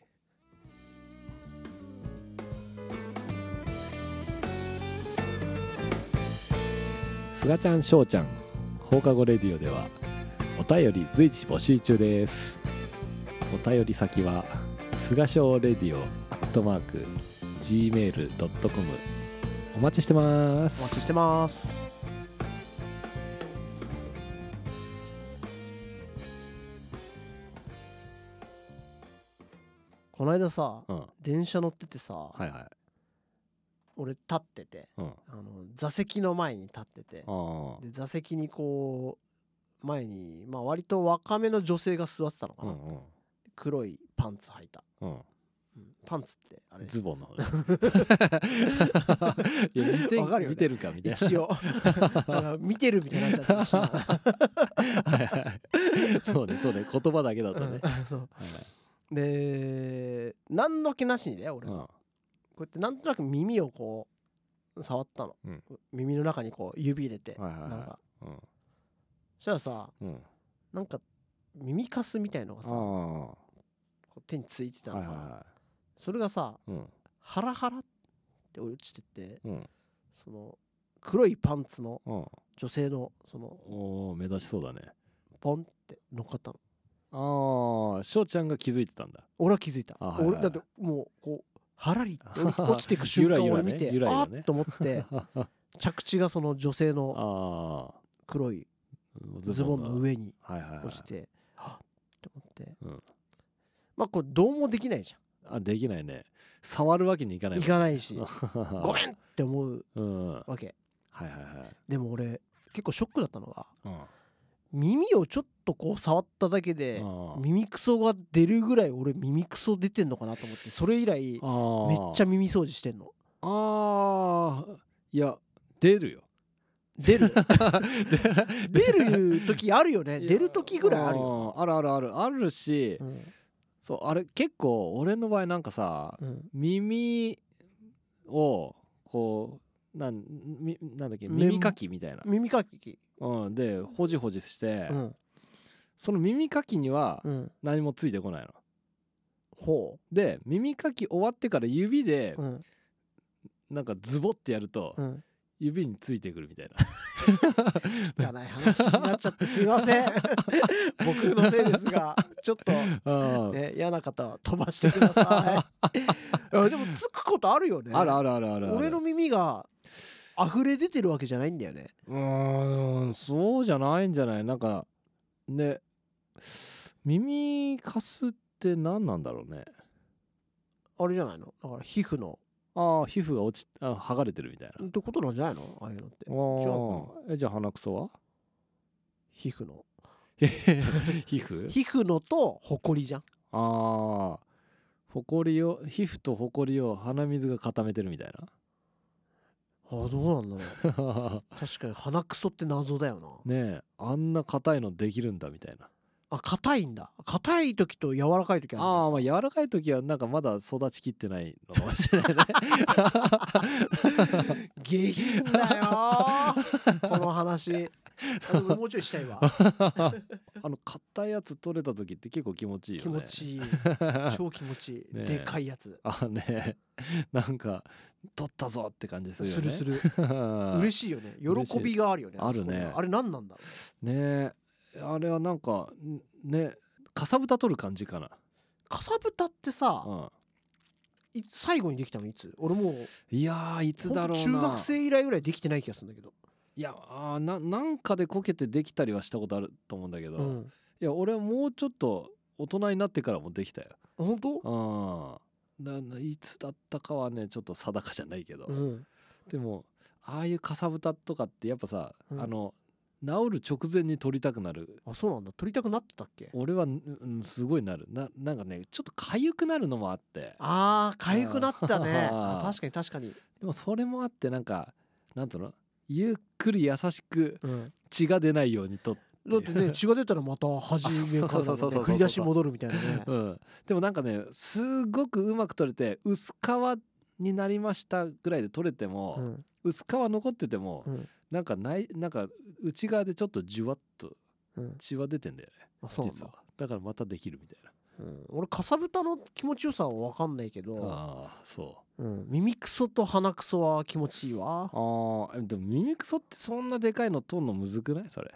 Speaker 2: すがちゃんしょうちゃん放課後レディオではお便り随時募集中ですお便り先はすがしょうレディオアットマーク gmail.com お待ちしてま
Speaker 1: お
Speaker 2: す
Speaker 1: 待ちしてますこの間さ
Speaker 2: うんは
Speaker 1: 電車乗っててさ、
Speaker 2: いはい
Speaker 1: 俺立ってて
Speaker 2: うんあ
Speaker 1: あの座席の前に立ってて
Speaker 2: あ
Speaker 1: で座席にこう前に、まあ、割と若めの女性が座ってたのか
Speaker 2: う
Speaker 1: な、
Speaker 2: んうん
Speaker 1: 黒いパンツ履いた、
Speaker 2: うん
Speaker 1: うんパンツってあれ
Speaker 2: ズボ ンの方ねいや見て
Speaker 1: わかるよね
Speaker 2: 見てるかみたいな
Speaker 1: 一応 なんか見てるみたいになっちゃってたし
Speaker 2: はいはいそうねそうね言葉だけだとね、はい
Speaker 1: うん そうで何の気なしにね俺は、
Speaker 2: うん
Speaker 1: こうやってなんとなく耳をこう触ったの、
Speaker 2: うん
Speaker 1: 耳の中にこう指入れて、
Speaker 2: はいはいはい
Speaker 1: なんか
Speaker 2: うん
Speaker 1: そしたらさ
Speaker 2: うん
Speaker 1: なんか耳かすみたいのが
Speaker 2: あ
Speaker 1: さ
Speaker 2: あは
Speaker 1: こう手について
Speaker 2: い
Speaker 1: たの
Speaker 2: は
Speaker 1: か
Speaker 2: い
Speaker 1: な、
Speaker 2: は
Speaker 1: それがさ
Speaker 2: いうん
Speaker 1: ハラハラって落ちてって
Speaker 2: うん
Speaker 1: その黒いパンツの
Speaker 2: うん
Speaker 1: 女性のその
Speaker 2: おー目立ちそうだね
Speaker 1: ポンって乗っかったの
Speaker 2: ああ翔ちゃんが気づいてたんだ
Speaker 1: 俺は気づいた、
Speaker 2: あはいはい
Speaker 1: 俺だってもうこうはらりって落落ちていく瞬 間
Speaker 2: ゆ
Speaker 1: 俺
Speaker 2: らゆらね
Speaker 1: 見て、
Speaker 2: ゆらゆ
Speaker 1: あ
Speaker 2: ら
Speaker 1: ー
Speaker 2: ね
Speaker 1: っと思って
Speaker 2: あ
Speaker 1: 着地がその女性の
Speaker 2: あ
Speaker 1: 黒いズボンの上に
Speaker 2: はいはい、はい
Speaker 1: 落ち、てはっって思って、
Speaker 2: うん
Speaker 1: まあこれどうもできないじ
Speaker 2: あできないね触るわけにいか
Speaker 1: ゃ
Speaker 2: なんい
Speaker 1: いかない し
Speaker 2: もん
Speaker 1: ごめんって思う
Speaker 2: うんはい
Speaker 1: わけ
Speaker 2: はいはい
Speaker 1: でも俺結構ショックだったのが
Speaker 2: うんあ
Speaker 1: 耳をちょっとこう触っただけで
Speaker 2: ー
Speaker 1: 耳くそが出るぐらい俺耳くそ出てんのかなと思ってそれ以来
Speaker 2: あー
Speaker 1: めっちゃ耳掃除してんの
Speaker 2: ああいや出るよ
Speaker 1: 出る 出る時あるよね出る時ぐらいあるよ、
Speaker 2: よあーあるあるあるあるし、
Speaker 1: うん
Speaker 2: そうあれ結構俺の場合なんかさ、
Speaker 1: うん
Speaker 2: 耳をこうなんみなんだっけ
Speaker 1: メモ
Speaker 2: 耳かきみたいな、
Speaker 1: 耳かき
Speaker 2: うん、でほじほじして、
Speaker 1: うん
Speaker 2: その耳かきには
Speaker 1: うん
Speaker 2: 何もついてこないの。
Speaker 1: ほ
Speaker 2: で耳かき終わってから指で
Speaker 1: ううん
Speaker 2: なんかズボってやると
Speaker 1: うん
Speaker 2: 指についてくるみたいな。
Speaker 1: 汚い話になっちゃってすいません僕のせいですがちょっと、
Speaker 2: あー
Speaker 1: ね、嫌な方は飛ばしてくださいいやでもつくことあるよね
Speaker 2: あるあるあるあるある
Speaker 1: 俺の耳が溢れ出てるわけじゃないんだよね
Speaker 2: うーんそうじゃないんじゃないなんかね耳かすって何なんだろうね
Speaker 1: あれじゃないのだから皮膚の
Speaker 2: ああ皮膚が落ちあ剥がれてるみたいな
Speaker 1: ってことなんじゃないのああいうのって
Speaker 2: あーえじゃあ鼻くそ は
Speaker 1: 皮膚の
Speaker 2: 皮膚
Speaker 1: 皮膚のとほこりじゃん
Speaker 2: ああほこりを皮膚とほこりを鼻水が固めてるみたい
Speaker 1: ああどうなんだろう
Speaker 2: な
Speaker 1: 確かに鼻くそって謎だよな
Speaker 2: ねえあんな硬いのできるんだみたいな
Speaker 1: あ硬いんだ硬い時と柔らかい時あるんだ
Speaker 2: ああまあ柔らかい時はなんかまだ育ちきってないのかもしれな いね
Speaker 1: 下品だよー この話あ俺もうちょいしたいわ
Speaker 2: あの硬いやつ取れた時って結構気持ちいい
Speaker 1: 気
Speaker 2: よね
Speaker 1: 持ち いい
Speaker 2: い
Speaker 1: 超気持ちいい、
Speaker 2: ねえ
Speaker 1: でかいやつ
Speaker 2: あね なんか取ったぞって感じするよ
Speaker 1: す
Speaker 2: ね
Speaker 1: るする
Speaker 2: 嬉
Speaker 1: 嬉
Speaker 2: し
Speaker 1: しいよね
Speaker 2: 嬉しい
Speaker 1: 喜びがあるよね
Speaker 2: あるね
Speaker 1: そこあれ何なんだろう
Speaker 2: いねあれはなんかんねかさぶた取る感じかな、
Speaker 1: かさぶたってさ、
Speaker 2: うん、
Speaker 1: い最後にできたのいつ俺もう
Speaker 2: いやーいつだろう
Speaker 1: ほんと
Speaker 2: な
Speaker 1: 中学生以来ぐらいできてない気がするんだけど、
Speaker 2: いやあーななんかでこけてできたりはしたことあると思うんだけど、
Speaker 1: う
Speaker 2: い
Speaker 1: ん、
Speaker 2: や俺はもうちょっと大人になってからもできたよ
Speaker 1: 本当、
Speaker 2: あなないつだったかはねちょっと定かじゃないけど、
Speaker 1: うん、
Speaker 2: でもああいうかさぶたとかってやっぱさ、
Speaker 1: うん
Speaker 2: あの治る直前に取りたくなる
Speaker 1: あそうなんだ取りたくなってたっけ
Speaker 2: 俺は、うん、すごいなるななんかねちょっと痒くなるのもあって
Speaker 1: あーかゆくなったね
Speaker 2: あー
Speaker 1: あ確かに確かに、
Speaker 2: でもそれもあってなんかなんつうのゆっくり優しく
Speaker 1: うん、
Speaker 2: 血が出ないようにとっ
Speaker 1: だってね 血が出たらまた始めからだ
Speaker 2: そうそ
Speaker 1: も
Speaker 2: う
Speaker 1: ね
Speaker 2: んそうそう
Speaker 1: 繰り出し戻るみたいなね
Speaker 2: うん、でもなんかねすごくうまく取れて薄皮になりましたぐらいで取れても、
Speaker 1: うん
Speaker 2: 薄皮残ってても、
Speaker 1: うん
Speaker 2: なんかないなんか内側でちょっとじゅわっと
Speaker 1: うん
Speaker 2: 血は出てんだよね
Speaker 1: あそうなん
Speaker 2: 実
Speaker 1: だ
Speaker 2: は、だからまたできるみたいな
Speaker 1: うん、俺かさぶたの気持ちよさは分かんないけど、
Speaker 2: ああそ
Speaker 1: うん、耳くそと鼻くそは気持ちいいわ
Speaker 2: うああでも耳くそってそんなでかいの取んのむずくないそれ、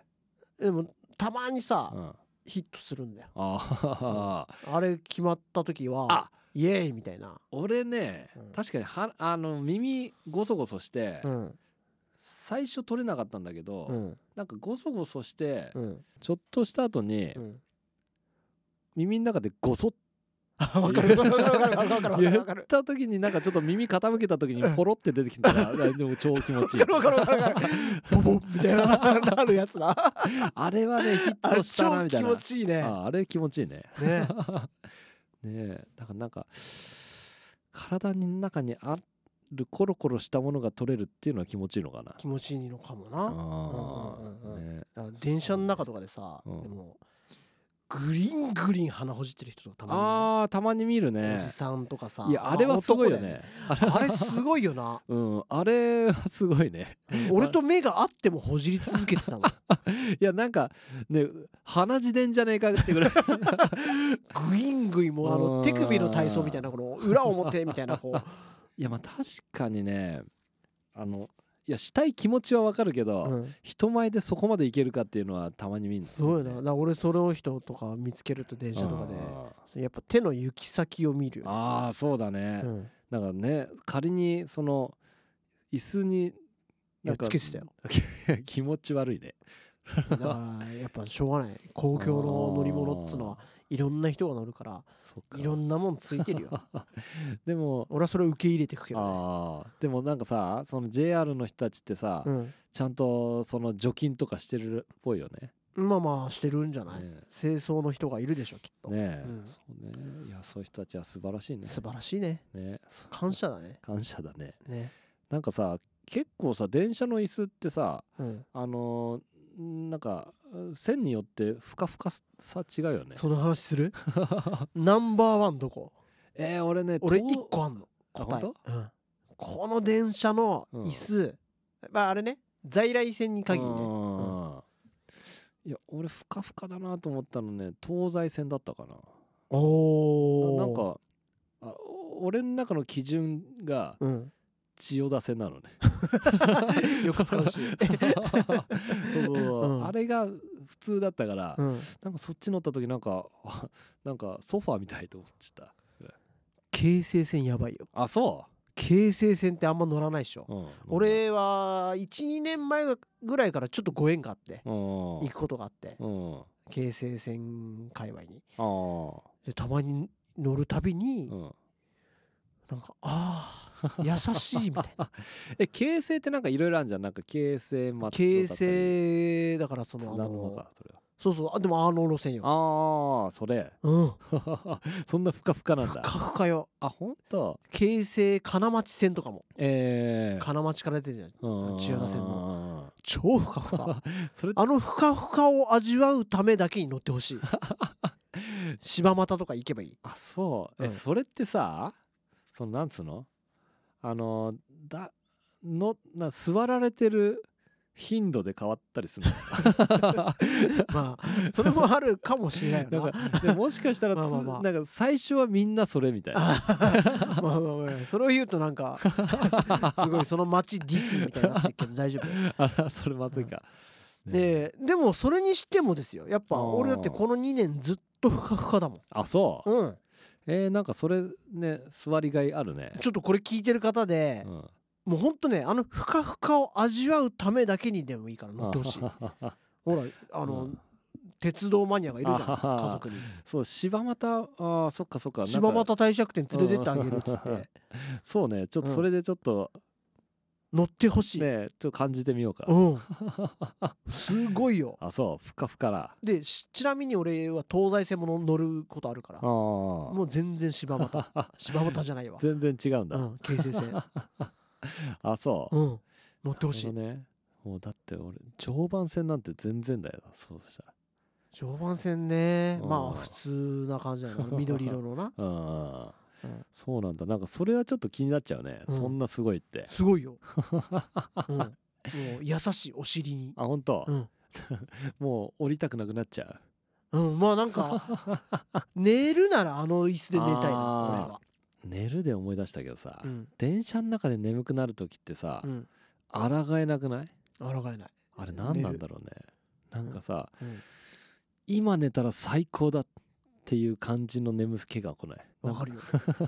Speaker 1: でもたまにさ、
Speaker 2: うん、あ
Speaker 1: ヒットするんだよ
Speaker 2: あ、
Speaker 1: あれ決まった時は
Speaker 2: あ
Speaker 1: イエーイみたいな、
Speaker 2: 俺ね、
Speaker 1: うん
Speaker 2: 確かにはあの耳ゴソゴソして、
Speaker 1: うん
Speaker 2: 最初取れなかったんだけど、
Speaker 1: うん
Speaker 2: なんかゴソゴソして、
Speaker 1: うん
Speaker 2: ちょっとした後に、
Speaker 1: うん、
Speaker 2: 耳の中で ゴソッ
Speaker 1: あ分かる分かる分かる分かる分かる
Speaker 2: 言
Speaker 1: 分かる
Speaker 2: った時になんかちょっと耳傾けた時 にポロって出てきたらでも超気持ちいい
Speaker 1: 分かる分かる分かるボボンみたいな なるやつな
Speaker 2: あれはねヒ
Speaker 1: あ
Speaker 2: ッ
Speaker 1: れ
Speaker 2: トしたな
Speaker 1: 超
Speaker 2: みたい
Speaker 1: 気
Speaker 2: な
Speaker 1: 持ちいいね
Speaker 2: ああれ気持ちいいね
Speaker 1: ね
Speaker 2: ねえだからなんか体の中にあるコロコロしたものが取れるっていうのは気持ちいいのかな
Speaker 1: 気持ちいいのかもな
Speaker 2: あ
Speaker 1: うんうんうんう
Speaker 2: あ
Speaker 1: ん
Speaker 2: ね
Speaker 1: だから電車の中とかでさ、
Speaker 2: うん
Speaker 1: でもグリングリン鼻ほじってる人とかたまにいるよね
Speaker 2: あー
Speaker 1: お
Speaker 2: たまに見るね
Speaker 1: じさんとかさ
Speaker 2: いやあれはすごいよね,、
Speaker 1: まあ男だよねあれすごいよ な
Speaker 2: うんあれはすごいね
Speaker 1: 俺と目が合ってもほじり続けてたの
Speaker 2: いやなんかね鼻血でんじゃねえかって ぐらい
Speaker 1: グイングイもうあ
Speaker 2: う
Speaker 1: の
Speaker 2: ん
Speaker 1: 手首の体操みたいなこの裏表みたいな こ
Speaker 2: いやまあ確かにねあのいやしたい気持ちはわかるけど、
Speaker 1: う、うん、
Speaker 2: 人前でそこまでいけるかっていうのはたまに見るんだ
Speaker 1: すごい
Speaker 2: よね
Speaker 1: なだから俺その人とか見つけると電車とかでやっぱ手の行き先を見るよね
Speaker 2: あーあーそうだね、
Speaker 1: うん
Speaker 2: なんかね仮にその椅子になんか
Speaker 1: いやつけてたよ
Speaker 2: 気持ち悪いね
Speaker 1: だからやっぱしょうがない公共の乗り物っつうのはいろんな人が乗るから
Speaker 2: あーそっか
Speaker 1: いろんなもんついてるよ
Speaker 2: でも
Speaker 1: 俺はそれを受け入れてくけどね
Speaker 2: あーでもなんかさその JR の人たちってさ、ちゃんとその除菌とかしてるっぽいよね
Speaker 1: うん、まあまあしてるんじゃない、
Speaker 2: ね
Speaker 1: 清掃の人がいるでしょきっと、
Speaker 2: ねえ、
Speaker 1: うん
Speaker 2: そうねいやそういう人たちは素晴らしいね
Speaker 1: 素晴らしいね
Speaker 2: ね
Speaker 1: 感謝だね
Speaker 2: 感謝だね
Speaker 1: ね、
Speaker 2: なんかさ結構さ電車の椅子ってさ、
Speaker 1: うん、
Speaker 2: あのーなんか線によってふかふかさ違うよね
Speaker 1: その話す るナンバーワンどこ
Speaker 2: えー俺ね
Speaker 1: 俺
Speaker 2: とう
Speaker 1: 一個あんの
Speaker 2: あ
Speaker 1: 答え、
Speaker 2: 本
Speaker 1: うんこの電車の椅子、まああれね在来線に限り
Speaker 2: う
Speaker 1: ね
Speaker 2: んいや俺ふかふかだなと思ったのね東西線だったかな
Speaker 1: お
Speaker 2: ななんかあお俺の中の基準が
Speaker 1: うん、
Speaker 2: 千代田線なの ね
Speaker 1: よく使うし、
Speaker 2: そうそうそう
Speaker 1: うん
Speaker 2: あれが普通だったから、
Speaker 1: うん、
Speaker 2: なんかそっち乗った時なんかあなんかソファーみたいと思っちゃった
Speaker 1: 京成線やばいよ
Speaker 2: あそ
Speaker 1: 京成線ってあんま乗らないでしょ
Speaker 2: う、うん、
Speaker 1: 俺は12年前ぐらいからちょっとご縁があって
Speaker 2: うん
Speaker 1: 行くことがあって
Speaker 2: うんあ
Speaker 1: 京成線界隈に
Speaker 2: あ
Speaker 1: でたまに乗るたびに、
Speaker 2: うん、
Speaker 1: なんかああ 優しいみたいな
Speaker 2: え形成ってなんかいろいろあるじゃんなんか形成松戸
Speaker 1: 京
Speaker 2: だった
Speaker 1: 成
Speaker 2: り
Speaker 1: だからそ
Speaker 2: 津
Speaker 1: のあ
Speaker 2: 田沼
Speaker 1: の
Speaker 2: かそれは
Speaker 1: そうそうあでもあの路線よ
Speaker 2: ああそれ
Speaker 1: うん
Speaker 2: そんなふかふかなん
Speaker 1: ふ
Speaker 2: だ
Speaker 1: かふかよ
Speaker 2: あ本当
Speaker 1: 京成金町線とかも
Speaker 2: ええ
Speaker 1: 金町から出てるじゃん
Speaker 2: うん
Speaker 1: 千代田線
Speaker 2: の
Speaker 1: 超ふかふか
Speaker 2: それ
Speaker 1: あのふかふかを味わうためだけに乗ってほし い柴又とか行けばいい
Speaker 2: あそうえ、
Speaker 1: うん
Speaker 2: それってさそのなんつうのあのだのな座られてる頻度で変わったりする の
Speaker 1: まあそれもあるかもしれないよ
Speaker 2: な
Speaker 1: なん
Speaker 2: かでもしかしたらつ
Speaker 1: まあまあまあ
Speaker 2: なんか最初はみんなそれみたい な
Speaker 1: まあまあまあそれを言うとなんかすごいその街ディスみたいになってるけど大 丈夫
Speaker 2: あそれまずいか、ね
Speaker 1: ででもそれにしてもですよやっ
Speaker 2: あ
Speaker 1: ぱ
Speaker 2: ー
Speaker 1: 俺だってこの2年ずっとふかふかだもん
Speaker 2: あそう
Speaker 1: うん
Speaker 2: えー、なんかそれね座りがいあるね
Speaker 1: ちょっとこれ聞いてる方で
Speaker 2: うん
Speaker 1: もうほんとねあのふかふかを味わうためだけにでもいいから乗ってほ しいほらあの、
Speaker 2: うん
Speaker 1: 鉄道マニアがいるじゃん
Speaker 2: あはは
Speaker 1: 家族に
Speaker 2: そう柴又あーそっかそっかなんか
Speaker 1: 柴又帝釈天連れてってあげるっつっ
Speaker 2: うん
Speaker 1: て
Speaker 2: そうねちょっと
Speaker 1: うん
Speaker 2: それでちょっと
Speaker 1: 乗ってほしい、
Speaker 2: ねちょっと感じてみようか、
Speaker 1: うんすごいよ
Speaker 2: あそうふかふから
Speaker 1: でしちなみに俺は東西線も乗ることあるから
Speaker 2: あも
Speaker 1: もう全然柴 又柴又じゃないわ、
Speaker 2: 全然違うんだ、
Speaker 1: うん、京成 線
Speaker 2: あそう、
Speaker 1: うん乗ってほし
Speaker 2: あ
Speaker 1: い
Speaker 2: のねもうだって俺常磐線なんて全然だよなそうしたら
Speaker 1: 常磐線ね
Speaker 2: うん
Speaker 1: まあ普通な感じ だよなあの緑色のな
Speaker 2: あー
Speaker 1: うん
Speaker 2: そうなんだなんかそれはちょっと気になっちゃうね、
Speaker 1: うん
Speaker 2: そんなすごいって
Speaker 1: すごい よ、うん、もう優しいお尻に
Speaker 2: あ本当、
Speaker 1: うん、
Speaker 2: もう降りたくなくなっちゃう
Speaker 1: うん、まあなん か寝るならあの椅子で寝たいな
Speaker 2: あー
Speaker 1: 俺は、
Speaker 2: 寝るで思い出したけどさ、
Speaker 1: うん
Speaker 2: 電車の中で眠くなる時ってさ、
Speaker 1: うん、
Speaker 2: 抗えなくない
Speaker 1: 抗えない
Speaker 2: あれ何なんだろうねなんかさ、
Speaker 1: うん
Speaker 2: 今寝たら最高だっていう感じの眠気が来ない
Speaker 1: わかるよ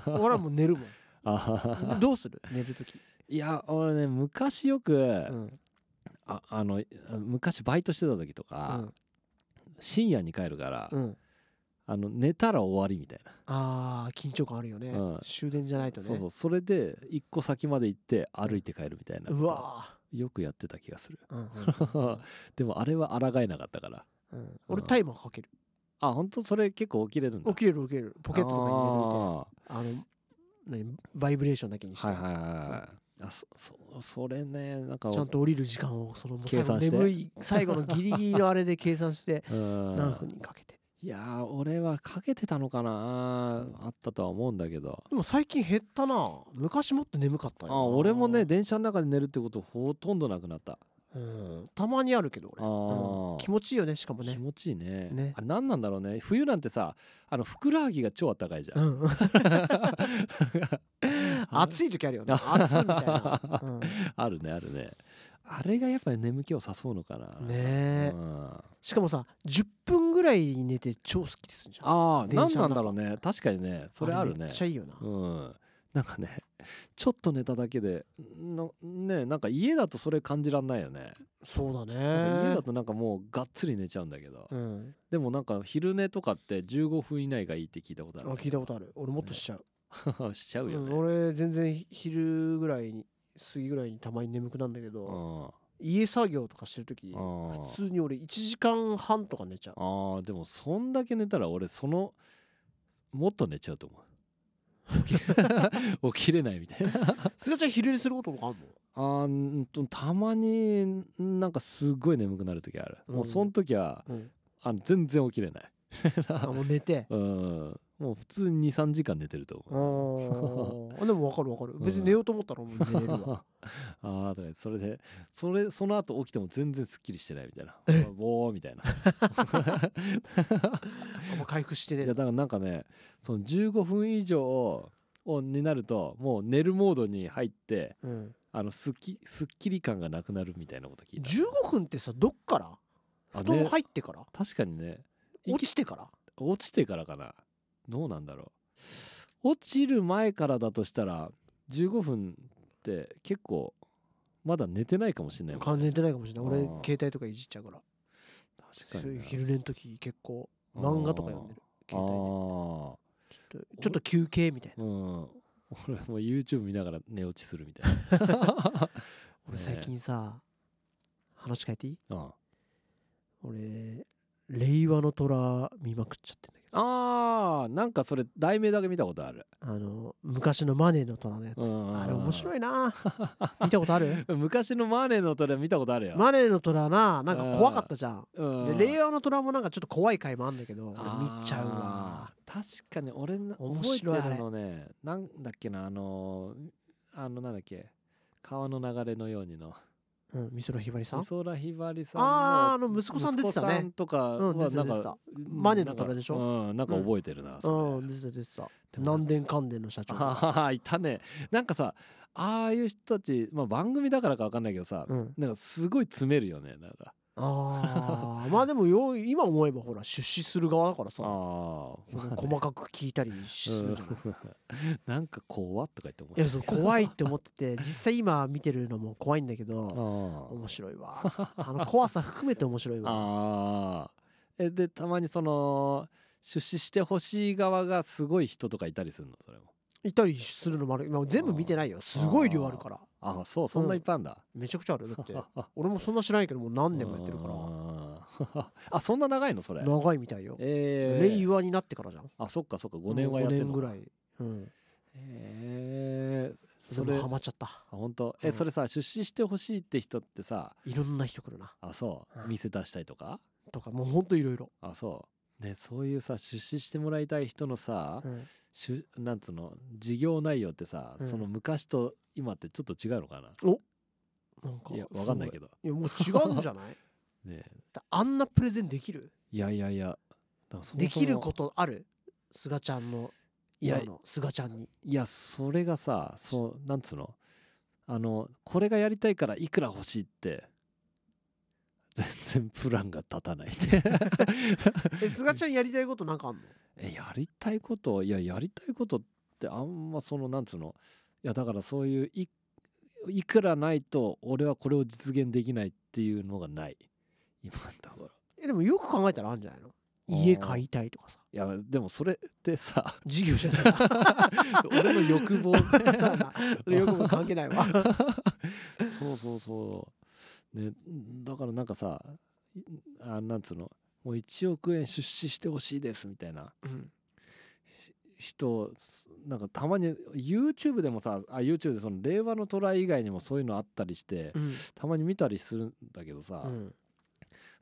Speaker 1: 俺はもう寝るも
Speaker 2: あはは
Speaker 1: んどうする寝る時、
Speaker 2: いや俺ね昔よく、
Speaker 1: うん
Speaker 2: ああの昔バイトしてた時と
Speaker 1: う
Speaker 2: か、
Speaker 1: ん
Speaker 2: 深夜に帰るから、
Speaker 1: うん、
Speaker 2: あの寝たら終わりみたいな、
Speaker 1: あー緊張感あるよね、
Speaker 2: うん
Speaker 1: 終電じゃないとね
Speaker 2: そうそうそれで一個先まで行って歩いて帰るみたいな
Speaker 1: うわ
Speaker 2: よくやってた気がする
Speaker 1: ー、うんうん
Speaker 2: でもあれは抗えなかったから
Speaker 1: うんうん、俺タイマーかける
Speaker 2: あ本当それ結構起きれるんだ
Speaker 1: 起きれる起きれるポケットとかに入
Speaker 2: あー
Speaker 1: れるみたいなあの何バイブレーションだけにして、
Speaker 2: はいはいはいはいあそそそれねなんか
Speaker 1: ちゃんと降りる時間をそのもう
Speaker 2: 計算して
Speaker 1: 最後眠い最後のギリギリのあれで計算して
Speaker 2: うん
Speaker 1: 何分にかけて
Speaker 2: いやー俺はかけてたのかなあったとは思うんだけど
Speaker 1: でも最近減ったな昔もっと眠かったよな
Speaker 2: あ俺もね、電車の中で寝るってことほとんどなくなった
Speaker 1: うん、たまにあるけど俺
Speaker 2: あー
Speaker 1: うん気持ちいいよねしかも
Speaker 2: 気
Speaker 1: ね
Speaker 2: 持ちいいね
Speaker 1: ね
Speaker 2: あれ何なんだろうね冬なんてさあのふくらはぎが超あったかいじゃ
Speaker 1: うんん 暑い時あるよね暑いみたいな、うんね
Speaker 2: あるねあるねあれがやっぱり眠気を誘うのかな
Speaker 1: え
Speaker 2: うん
Speaker 1: しかもさ10分ぐらい寝て超好きですんじゃん
Speaker 2: あー
Speaker 1: 電
Speaker 2: 何
Speaker 1: 車
Speaker 2: な
Speaker 1: の中
Speaker 2: んだろうね確かにねそれある
Speaker 1: め
Speaker 2: ね
Speaker 1: っちゃいいよな、
Speaker 2: うんなんかねちょっと寝ただけでのねなんか家だとそれ感じらんないよね、
Speaker 1: そうだ
Speaker 2: なんか家
Speaker 1: ね
Speaker 2: だとなんかもうがっつり寝ちゃうんだけど、
Speaker 1: うん
Speaker 2: でもなんか昼寝とかって15分以内がいいって聞いたことあ
Speaker 1: あ
Speaker 2: る
Speaker 1: 聞いたことある俺もっとしちゃう、
Speaker 2: と しちゃうよ
Speaker 1: うん
Speaker 2: ね、
Speaker 1: 俺全然ひ昼ぐらいに過ぎぐらいにたまに眠くなるんだけ
Speaker 2: う
Speaker 1: ど、
Speaker 2: ん、あ
Speaker 1: 家作業とかしてる時
Speaker 2: ー
Speaker 1: 普通に俺1時間半とか寝ちゃう
Speaker 2: あーでもそんだけ寝たら俺そのもっと寝ちゃうと 思う起きれないみたいな
Speaker 1: 菅ちゃん昼寝することとかあんの
Speaker 2: あーんとたまになんかすごい眠くなる時ある、もうその時は
Speaker 1: うん、
Speaker 2: あの全然起きれない
Speaker 1: あもう寝て
Speaker 2: うんもう普通に23時間寝てると
Speaker 1: あ
Speaker 2: 思う。
Speaker 1: ーでも分かる分かる
Speaker 2: ん
Speaker 1: 別に寝ようと思ったらもう寝れる わ
Speaker 2: ああとかそれでそれその後起きても全然すっきりしてないみたいな
Speaker 1: え
Speaker 2: ぼーみたいな
Speaker 1: あもう回復して
Speaker 2: いや
Speaker 1: ね
Speaker 2: だからなんかねその15分以上をになるともう寝るモードに入って
Speaker 1: うん、
Speaker 2: あのすっきすっきり感がなくなるみたいなこと聞いた
Speaker 1: 15分ってさどっから
Speaker 2: あ
Speaker 1: 布団
Speaker 2: ね
Speaker 1: 入ってから
Speaker 2: 確かにねい
Speaker 1: 落
Speaker 2: き
Speaker 1: ちてから
Speaker 2: 落ちてからかなどうなんだろう落ちる前からだとしたら15分って結構まだ寝てないかもしれないもん
Speaker 1: 完全に寝てないかもしれない俺
Speaker 2: うん
Speaker 1: 携帯とかいじっちゃうから
Speaker 2: 確か
Speaker 1: そうい
Speaker 2: に
Speaker 1: う
Speaker 2: な
Speaker 1: 昼寝の時結構漫画とか読んでる
Speaker 2: あ
Speaker 1: 携帯でちょ
Speaker 2: ー
Speaker 1: っとちょっと休憩みたいな
Speaker 2: うん 俺も YouTube 見ながら寝落ちするみたいな
Speaker 1: 俺最近さ話変えていい
Speaker 2: うん
Speaker 1: 俺令和の虎見まくっちゃってんだけど
Speaker 2: あーなんかそれ題名だけ見たことある
Speaker 1: あの昔のマネーの虎のやつ
Speaker 2: うん
Speaker 1: あれ面白い な見たことある
Speaker 2: 昔のマネーのトレ見たことあるよ、
Speaker 1: マネーの虎ななんか怖かったじゃん
Speaker 2: うん
Speaker 1: で令和の虎もなんかちょっと怖い回もあんだけど俺
Speaker 2: あー
Speaker 1: 見ちゃうわ
Speaker 2: 確かに俺な
Speaker 1: 面
Speaker 2: 覚えて
Speaker 1: 白い
Speaker 2: るのねなんだっけなあのーあのなんだっけ川の流れのようにの
Speaker 1: うん、美空ひばりさん
Speaker 2: 美空ひばりさん
Speaker 1: あーあの息子さん出てたね
Speaker 2: 息子さんとかは
Speaker 1: うん出てた
Speaker 2: なんか、
Speaker 1: マネだったらでしょ
Speaker 2: ょうんなんか覚えてるな、
Speaker 1: う
Speaker 2: そ
Speaker 1: ん
Speaker 2: れ
Speaker 1: 出てた出てた
Speaker 2: でも
Speaker 1: 南電関電の社長
Speaker 2: ああいたねなんかさああいう人たち、まあ、番組だからか分かんないけどさ、
Speaker 1: うん
Speaker 2: なんかすごい詰めるよねなんか
Speaker 1: ああ まあでもよ今思えばほら出資する側だから
Speaker 2: あ
Speaker 1: さその細かく 聞いたりす
Speaker 2: ー、
Speaker 1: る
Speaker 2: う
Speaker 1: じゃん
Speaker 2: んなん か怖っとか言って思っ
Speaker 1: いやそう怖いって思ってて実際今見てるのも怖いんだけど
Speaker 2: あー
Speaker 1: 面白い わあの怖さ含めて面白いわ
Speaker 2: あーえでたまにその出資してほしい側がすごい人とかいたりするのそれも
Speaker 1: いたりするのもある今全部見てないよすごい量あるから
Speaker 2: ああそうそんないっぱいあんだ、
Speaker 1: めちゃくちゃあるよだって俺もそんな知らないけどもう何年もやってるから
Speaker 2: らあそんな長いのそれ
Speaker 1: 長いみたいよ
Speaker 2: えー、
Speaker 1: 令和になってからじゃん
Speaker 2: あそっかそっか5年はやってる
Speaker 1: 5
Speaker 2: の
Speaker 1: 年ぐらいうん
Speaker 2: えー、
Speaker 1: そ
Speaker 2: そ
Speaker 1: れ
Speaker 2: れ
Speaker 1: も
Speaker 2: あ
Speaker 1: ハマっちゃった
Speaker 2: 本当え、
Speaker 1: うん
Speaker 2: それさ出資してほしいって人ってさ
Speaker 1: いろんな人来るな
Speaker 2: あそう、
Speaker 1: うん
Speaker 2: 店出したいとか
Speaker 1: とかもうほんといろいろ
Speaker 2: あそうねそういうさ出資してもらいたい人のさ、
Speaker 1: うん
Speaker 2: しゅなんつうの事業内容ってさ、
Speaker 1: うん
Speaker 2: その昔と今ってちょっと違うのかな
Speaker 1: なんか
Speaker 2: いやわかんないけ
Speaker 1: ど
Speaker 2: ど
Speaker 1: いやもう違うんじ ゃない
Speaker 2: ね
Speaker 1: だあんなプレゼンできる
Speaker 2: いやいやいやだからそもそも
Speaker 1: できることあるすがちゃんの
Speaker 2: いや
Speaker 1: 今のすがちゃんに
Speaker 2: いやそれがさそうなんつうのあのこれがやりたいからいくら欲しいって全然プランが立 たないで
Speaker 1: えすがちゃんやりたいことなんかあんの
Speaker 2: えやりたいこといややりたいことってあんまそのなんつうのいやだからそういういいくらないと俺はこれを実現できないっていうのがない今のところ
Speaker 1: えでもよく考えたらあるんじゃないの
Speaker 2: あー
Speaker 1: 家買いたいとかさ
Speaker 2: いやでもそれってさ
Speaker 1: 事業じゃない か
Speaker 2: 俺の 欲望
Speaker 1: それよくも関係ないわ
Speaker 2: そうそうそう ねだからなんかさいあなんつうのもう1億円出資してほしいですみたいな
Speaker 1: うん
Speaker 2: 人すなんかたまに YouTube でもさあ YouTube でその令和のトライ以外にもそういうのあったりして
Speaker 1: うん
Speaker 2: たまに見たりするんだけどさ、
Speaker 1: うん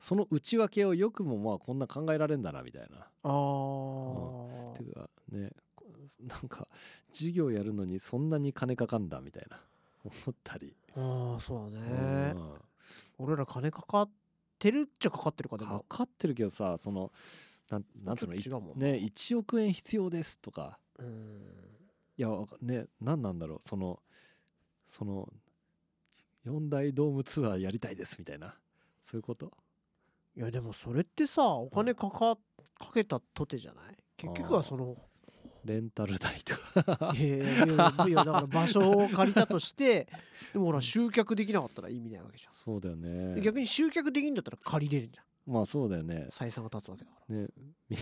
Speaker 2: その内訳をよくもまあこんな考えられんだなみたいな。
Speaker 1: あー
Speaker 2: ていうかねこなんか授業やるのにそんなに金かかんだみたいな思ったり、
Speaker 1: あーそうだね
Speaker 2: うん
Speaker 1: 俺ら金かかってるっちゃかかってるかで
Speaker 2: か
Speaker 1: も
Speaker 2: かってるけどさそのなんなんつうのい
Speaker 1: ちょっと違うもんな
Speaker 2: ね1億円必要ですとか
Speaker 1: うん
Speaker 2: いやわかね何なんだろうそのその4大ドームツアーやりたいですみたいなそういうこと
Speaker 1: いやでもそれってさお金かかかけたとてじゃない結局はそ の
Speaker 2: レンタル代と か
Speaker 1: いやいやいやいやだから場所を借りたと してでもほら集客できなかったら意味ないわけじゃん
Speaker 2: そうだよね
Speaker 1: で逆に集客できんだったら借りれるじゃん
Speaker 2: まあそうだよね
Speaker 1: 採算が立つわけだから
Speaker 2: ねみ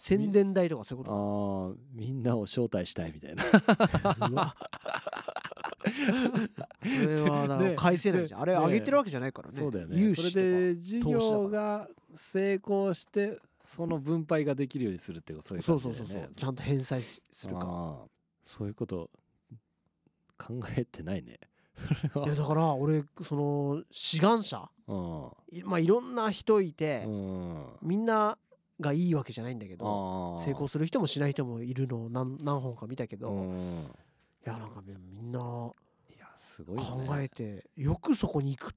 Speaker 1: 宣伝代とかそういう
Speaker 2: あ
Speaker 1: こ
Speaker 2: ーみんなを招待したいみたいな
Speaker 1: とだうわそれはだから
Speaker 2: ね
Speaker 1: 返せないじゃんあれ
Speaker 2: ね
Speaker 1: あげてるわけじゃないからね
Speaker 2: そうだよね
Speaker 1: 融
Speaker 2: それ
Speaker 1: 資とか
Speaker 2: で事業が成功してその分配ができるようにするってそういう
Speaker 1: そ
Speaker 2: 感
Speaker 1: う
Speaker 2: じだ
Speaker 1: そうそう
Speaker 2: よね
Speaker 1: そうちゃんと返済しするか
Speaker 2: あーそういうこと考えてないねそれはい
Speaker 1: やだから俺その志願者
Speaker 2: うん
Speaker 1: いまあいろんな人いて、
Speaker 2: うん
Speaker 1: みんながいいわけじゃないんだけど
Speaker 2: あー
Speaker 1: 成功する人もしない人もいるのを何何本か見たけど、
Speaker 2: う
Speaker 1: い
Speaker 2: ん
Speaker 1: やなんかみみんな考
Speaker 2: いやすごいよね
Speaker 1: えてよくそこに行く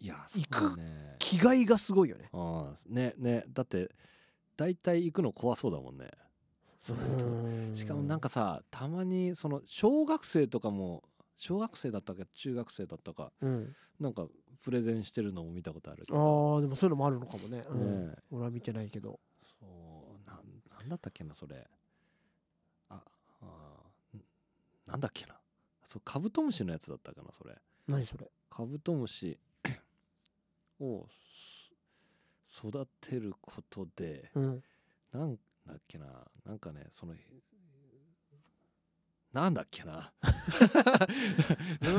Speaker 2: いやそうだね
Speaker 1: 気概がすごいよね。
Speaker 2: あーねねだって大体行くの怖そうだもんねそういうとこしかもなん
Speaker 1: か
Speaker 2: かさたまにその小学生とかも小学生だったか中学生だったか
Speaker 1: うん、
Speaker 2: なんかプレゼンしてるのも見たことあるけ
Speaker 1: あ
Speaker 2: ど
Speaker 1: ーでもそういうのもあるのかもね、うん
Speaker 2: ねえ
Speaker 1: 俺は見てないけど
Speaker 2: そうなんなんだったっけなそれああーんなんだっけなそうカブトムシのやつだったかなそれ
Speaker 1: 何それ
Speaker 2: カブトムシ をす育てることで
Speaker 1: うん
Speaker 2: なんだっけななんかねそのなんだっけな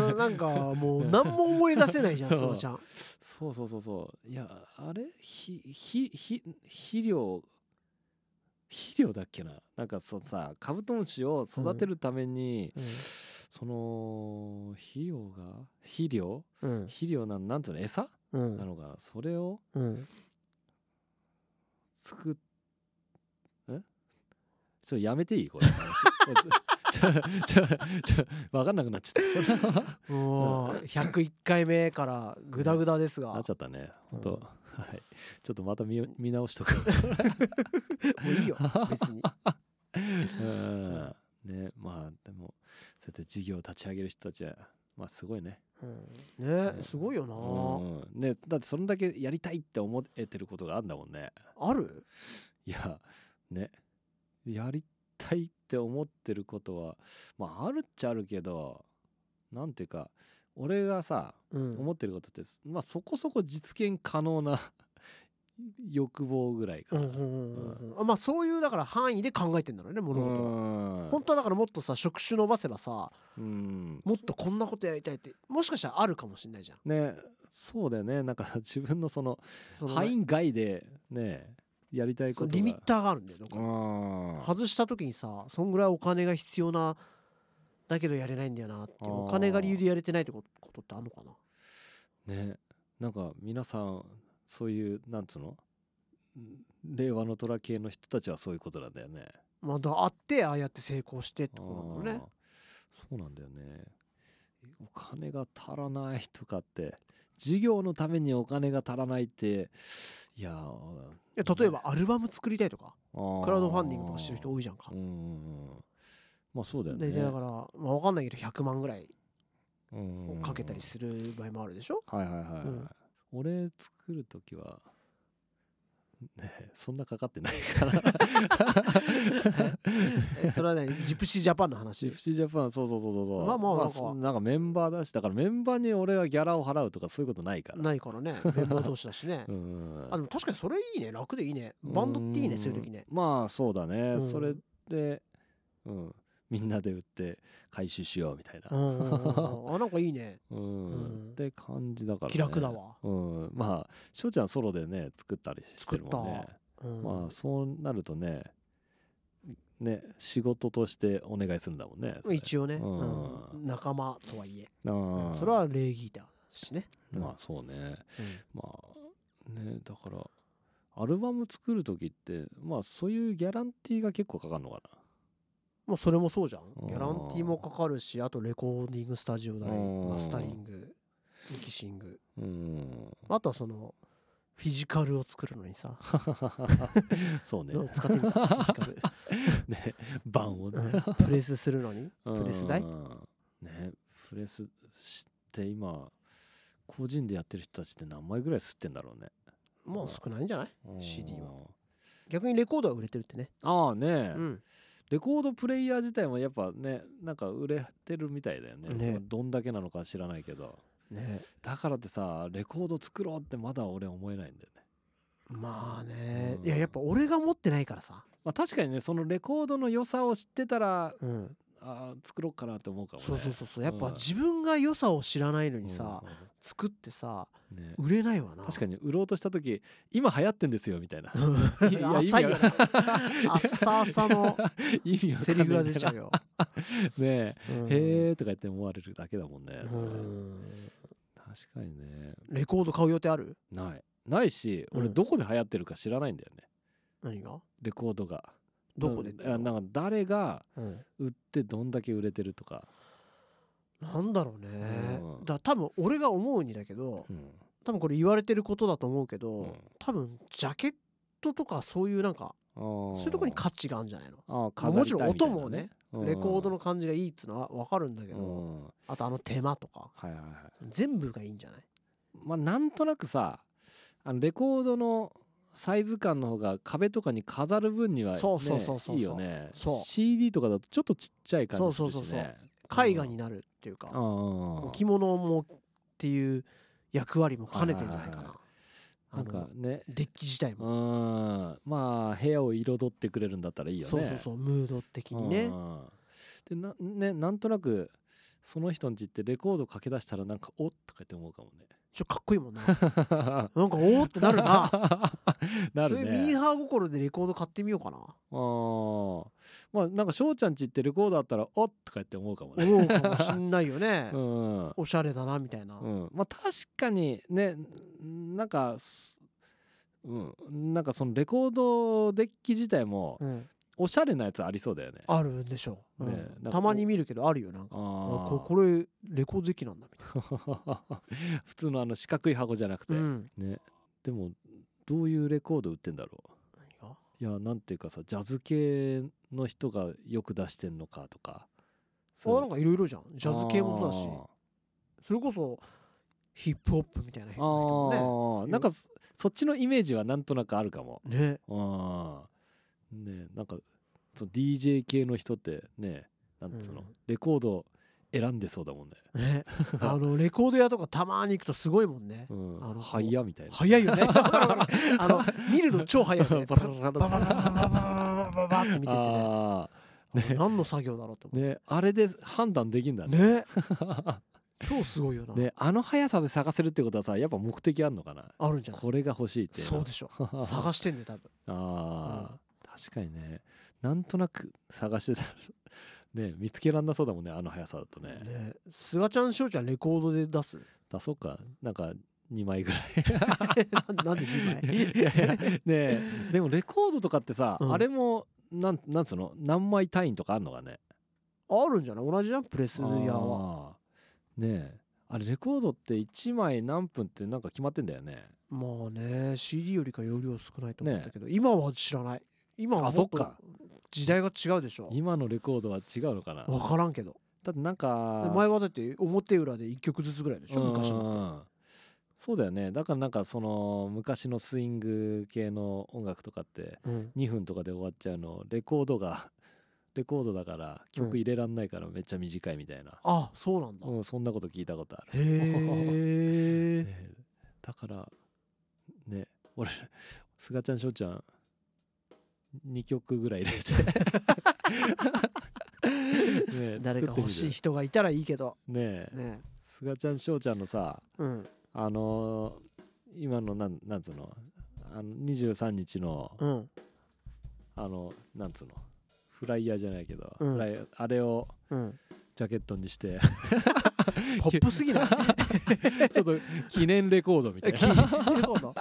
Speaker 1: うんなんかもう何も思い出せないじゃん
Speaker 2: そう
Speaker 1: すわちゃん
Speaker 2: そうそうそうそういやあれひひひ肥料肥料だっけななんかそうさカブトムシを育てるために、
Speaker 1: うん
Speaker 2: その肥料が肥料
Speaker 1: うん
Speaker 2: 肥料なんなんつうの餌
Speaker 1: う
Speaker 2: なんのかなそれを
Speaker 1: うん
Speaker 2: 作っえちょっとやめていいこれこれちょちょ分かんなくなっちゃったそ れは
Speaker 1: もう101回目からグダグダです
Speaker 2: な
Speaker 1: が
Speaker 2: っちゃったね
Speaker 1: うん
Speaker 2: 本当、はいちょっとまた見見直しとく
Speaker 1: もういいよ別 に
Speaker 2: うんねまあでもそうやって事業を立ち上げる人たちはまあすごいね
Speaker 1: うんねすごいよな
Speaker 2: うんねだってそれだけやりたいって思えてることがあるんだもんね
Speaker 1: ある
Speaker 2: いやねやりたいって思ってることはまああるっちゃあるけどなんていうか俺がさ
Speaker 1: うん
Speaker 2: 思ってることって、まあそこそこ実現可能な 欲望ぐらいか
Speaker 1: うん
Speaker 2: な、
Speaker 1: うんうんうんうんあまあそういうだから範囲で考えてんだろうね物事を
Speaker 2: うん
Speaker 1: 本当はだからもっとさ職種伸ばせばさ
Speaker 2: うん
Speaker 1: もっとこんなことやりたいってもしかしたらあるかもしれないじゃん
Speaker 2: ねそうだよねなんか自分のその
Speaker 1: その
Speaker 2: 範囲外でねやりたい
Speaker 1: そ
Speaker 2: こ
Speaker 1: の
Speaker 2: とが
Speaker 1: リミッターがあるんだよなんか
Speaker 2: あー
Speaker 1: 外した時にさそんぐらいお金が必要なだけどやれないんだよなっていう
Speaker 2: あー
Speaker 1: お金が理由でやれてないってことことってあるのかな
Speaker 2: ねなんか皆さんそういうなんつうの令和の虎系の人たちはそういうことなんだよね。
Speaker 1: まあだからあってああやって成功してって
Speaker 2: あ
Speaker 1: ことなんだろうね
Speaker 2: ーそうなんだよね。お金が足らないとかって授業のためにお金が足らないっていや
Speaker 1: い
Speaker 2: ー
Speaker 1: や例えばアルバム作りたいとか
Speaker 2: あー
Speaker 1: クラウドファンディングとかしてる人多いじゃんか
Speaker 2: うんうんうんまあそうだよね。
Speaker 1: でじゃあだからまあわかんないけど100万ぐらい
Speaker 2: うんうん
Speaker 1: かけたりする場合もあるでしょ
Speaker 2: はいはいはいはい、
Speaker 1: うん
Speaker 2: 俺作る時はねそんなかかってないから
Speaker 1: えそれは ねジプシージャパンの
Speaker 2: シ
Speaker 1: 話
Speaker 2: フシジャパンそうそうそうそうそう
Speaker 1: まあまあなんか
Speaker 2: そなんかメンバーだしだからメンバーに俺はギャラを払うとかそういうことないから
Speaker 1: ないからね メンバー同士だしね
Speaker 2: うんうんうん
Speaker 1: あでも確かにそれいいね楽でいいねバンドっていいねそういう時ね
Speaker 2: んまあそうだね、
Speaker 1: うん
Speaker 2: それでうんみんなで売って回収しようみたいな
Speaker 1: うんうんうんうんあなんかいいね
Speaker 2: うん、
Speaker 1: うん
Speaker 2: って感じだから、ね、
Speaker 1: 気楽だわ
Speaker 2: うんまあ翔ちゃんソロでね作ったりしてるもんね
Speaker 1: 作うん
Speaker 2: まあそうなるとねね仕事としてお願いするんだもんねそれ
Speaker 1: 一応ね、
Speaker 2: うん
Speaker 1: うん仲間とはいえ、
Speaker 2: あー
Speaker 1: それは礼儀だしね、
Speaker 2: まあそうねまあねだからアルバム作る時ってまあそういうギャランティーが結構かかるのか
Speaker 1: もうそれもそうじゃん
Speaker 2: ん
Speaker 1: ギャランティーもかかるしあとレコーディングスタジオ代
Speaker 2: うん
Speaker 1: マスタリングミキシング
Speaker 2: なうん
Speaker 1: あとはそのフィジカルを作るのにさ、
Speaker 2: そうね
Speaker 1: どう使ってみたフィジカ ル、
Speaker 2: ね版をね
Speaker 1: うんプレスするのに
Speaker 2: うん
Speaker 1: プレス代
Speaker 2: ねプレスして今個人でやってる人たちって何枚ぐらい吸ってんだろうね
Speaker 1: もう少ないんじゃない CD は
Speaker 2: は
Speaker 1: 逆にレコードは売れてるってね、
Speaker 2: ああね
Speaker 1: うん、
Speaker 2: レコードプレイヤー自体もやっぱねなんか売れてるみたいだよね
Speaker 1: ね
Speaker 2: まあどんだけなのか知らないけど
Speaker 1: ね
Speaker 2: だからってさレコード作ろうってまだ俺思えないんだよね
Speaker 1: まあね
Speaker 2: うん
Speaker 1: いややっぱ俺が持ってないからさ、
Speaker 2: まあ確かにねそのレコードの良さを知ってたら
Speaker 1: うん、
Speaker 2: あー作ろうかなって思うかもね
Speaker 1: そうそうそうそうやっぱ
Speaker 2: うん
Speaker 1: 自分が良さを知らないのにさ、
Speaker 2: う
Speaker 1: 作ってさ
Speaker 2: んね
Speaker 1: 売れないわな
Speaker 2: 確かに売ろうとした時今流行ってんですよ みたいない
Speaker 1: に浅いよ
Speaker 2: わ
Speaker 1: な 浅々の
Speaker 2: 意味わか
Speaker 1: セ
Speaker 2: んな
Speaker 1: リ
Speaker 2: い
Speaker 1: フが出ちゃう
Speaker 2: み
Speaker 1: よ、
Speaker 2: たいなね
Speaker 1: うん
Speaker 2: えへえとか言って思われるだけだもんね
Speaker 1: うん
Speaker 2: 確かにね
Speaker 1: レコード買う予定ある
Speaker 2: ないないし俺
Speaker 1: うん
Speaker 2: どこで流行ってるか知らないんだよね
Speaker 1: 何が
Speaker 2: レコードが
Speaker 1: どこでっていう
Speaker 2: あ
Speaker 1: の
Speaker 2: なんか誰が
Speaker 1: うん
Speaker 2: 売ってどんだけ売れてるとか、
Speaker 1: なんだろうね、
Speaker 2: うん
Speaker 1: だ多分俺が思うにだけど
Speaker 2: うん
Speaker 1: 多分これ言われてることだと思うけど、
Speaker 2: うん
Speaker 1: 多分ジャケットとかそういうなんか
Speaker 2: そ
Speaker 1: そういうとこに価値があるんじゃないの
Speaker 2: あ
Speaker 1: あもちろん音もねレコード
Speaker 2: の
Speaker 1: の感じがいいっつうのは分かるんだけど、
Speaker 2: は
Speaker 1: あとあの手間とか
Speaker 2: いはいはい
Speaker 1: 全部がいいんじゃない
Speaker 2: まあなんとなくさあのレコードのサイズ感の方が壁とかに飾る分にはね
Speaker 1: そうそうそうそうそう
Speaker 2: いいよね
Speaker 1: そう
Speaker 2: CD とかだとちょっとちっちゃい感じするしね
Speaker 1: そうそうそう絵画になるっていうか、
Speaker 2: あ
Speaker 1: 着物もっていう役割も兼ねてんじゃないか
Speaker 2: はいはい
Speaker 1: な
Speaker 2: は。
Speaker 1: あ
Speaker 2: なん
Speaker 1: の
Speaker 2: かね
Speaker 1: デッキ自体
Speaker 2: う
Speaker 1: も
Speaker 2: んまあ部屋を彩ってくれるんだったらいいよね
Speaker 1: そうそうそうムード的にね
Speaker 2: うんでなねなんとなくその人んちってレコードかけ出したらなんかおっとかって思うかもね。
Speaker 1: ちょかっこいい もんななんかおーってなるな
Speaker 2: な
Speaker 1: そ
Speaker 2: る
Speaker 1: ういうミー
Speaker 2: ね。
Speaker 1: ハー心でレコード買ってみようか な
Speaker 2: あーまあなんか翔ちゃんちってレコードあったらおっとかって思うかもね。
Speaker 1: 思うかもしんないよね、
Speaker 2: うん
Speaker 1: おしゃれだなみたいな、
Speaker 2: うん、まあ確かにねなんかすうんなんかそのレコードデッキ自体も
Speaker 1: うん
Speaker 2: おしゃれなやつありそうだよね
Speaker 1: あるんでしょう、うん
Speaker 2: ねなんか
Speaker 1: たまに見るけどあるよなんかあ
Speaker 2: あ
Speaker 1: ここれレコード機なんだみたい
Speaker 2: 普通のあの四角い箱じゃなくて、
Speaker 1: な、うん、
Speaker 2: ねでもどういうレコード売ってんだろ
Speaker 1: 何が
Speaker 2: ういやなんていうかさジャズ系の人がよく出してんのかとか
Speaker 1: あなんかいろいろじゃんジャズ系もそうだしそれこそヒップホップみたいな
Speaker 2: あ
Speaker 1: 変な人も
Speaker 2: ーなんかそそっちのイメージはなんとなくあるかも
Speaker 1: ねね
Speaker 2: あーねなんかその DJ 系の人ってねなんてその、
Speaker 1: うん
Speaker 2: レコード選んでそうだもんね、
Speaker 1: ねあのレコード屋とかたまに行くとすごいもんね、
Speaker 2: うん、
Speaker 1: あの
Speaker 2: 早みたいな
Speaker 1: 早いよねあの見るの超早いよね
Speaker 2: バラバラバ
Speaker 1: ババ
Speaker 2: ラ
Speaker 1: バババババババって見ててね
Speaker 2: あ
Speaker 1: あの何の作業だろうと
Speaker 2: ー
Speaker 1: 思
Speaker 2: ねあれで判断できんだ
Speaker 1: う
Speaker 2: ね
Speaker 1: ね超すごいよな、
Speaker 2: ねあの速さで探せるってことはさやっぱ目的あんのかな
Speaker 1: あるんじゃない
Speaker 2: これが欲しいってい
Speaker 1: そうでしょ探してんね多分
Speaker 2: あー、確かにねなんとなく探してたらね見つけらんなそうだもんねあの速さだとね
Speaker 1: ねすがちゃんしょうちゃんレコードで出す
Speaker 2: 出そうかなんか2枚 ぐらい
Speaker 1: なんなんで2枚
Speaker 2: いやいやねえでもレコードとかってさ、
Speaker 1: うん
Speaker 2: あれもなんなんつうの何枚単位とかあんのかね
Speaker 1: あるんじゃない同じじゃんプレス屋は
Speaker 2: あーねえあれレコードって1枚何分ってなんか決まってんだよね
Speaker 1: まあね CD よりか容量少ないと思ったけど、今は知らない今は
Speaker 2: あそ
Speaker 1: もっ
Speaker 2: っ
Speaker 1: と
Speaker 2: か
Speaker 1: 時代が違うでしょ
Speaker 2: 今のレコードは違うのかな
Speaker 1: 分からんけど
Speaker 2: だってなん
Speaker 1: で
Speaker 2: か
Speaker 1: 前はだって表裏で1曲ずつぐらいでしょ昔
Speaker 2: う
Speaker 1: の
Speaker 2: んうんうんそうだよねだからなんかその昔のスイング系の音楽とかって
Speaker 1: うん
Speaker 2: 2分とかで終わっちゃうのレコードが レコードだから
Speaker 1: うん
Speaker 2: 曲入れらんないからめっちゃ短いみたいな、
Speaker 1: あそうなんだ
Speaker 2: うんそんなこと聞いたことある、
Speaker 1: へえ
Speaker 2: ねだからね俺すがちゃんしょうちゃん2曲ぐらい入 れてね
Speaker 1: 誰か欲しい
Speaker 2: 作って
Speaker 1: 人がいたらいいけど
Speaker 2: みるね
Speaker 1: ね
Speaker 2: すがちゃんしょうちゃんのさ
Speaker 1: うん
Speaker 2: あのー今のなんなんつうのあの23日の、
Speaker 1: うん
Speaker 2: あのなんつうのフライヤーじゃないけど、
Speaker 1: うん
Speaker 2: フライヤーあれを
Speaker 1: うん
Speaker 2: ジャケットにして
Speaker 1: ポップすぎ ない
Speaker 2: ちょっと記念レコードみたいな
Speaker 1: 聞、いてる こと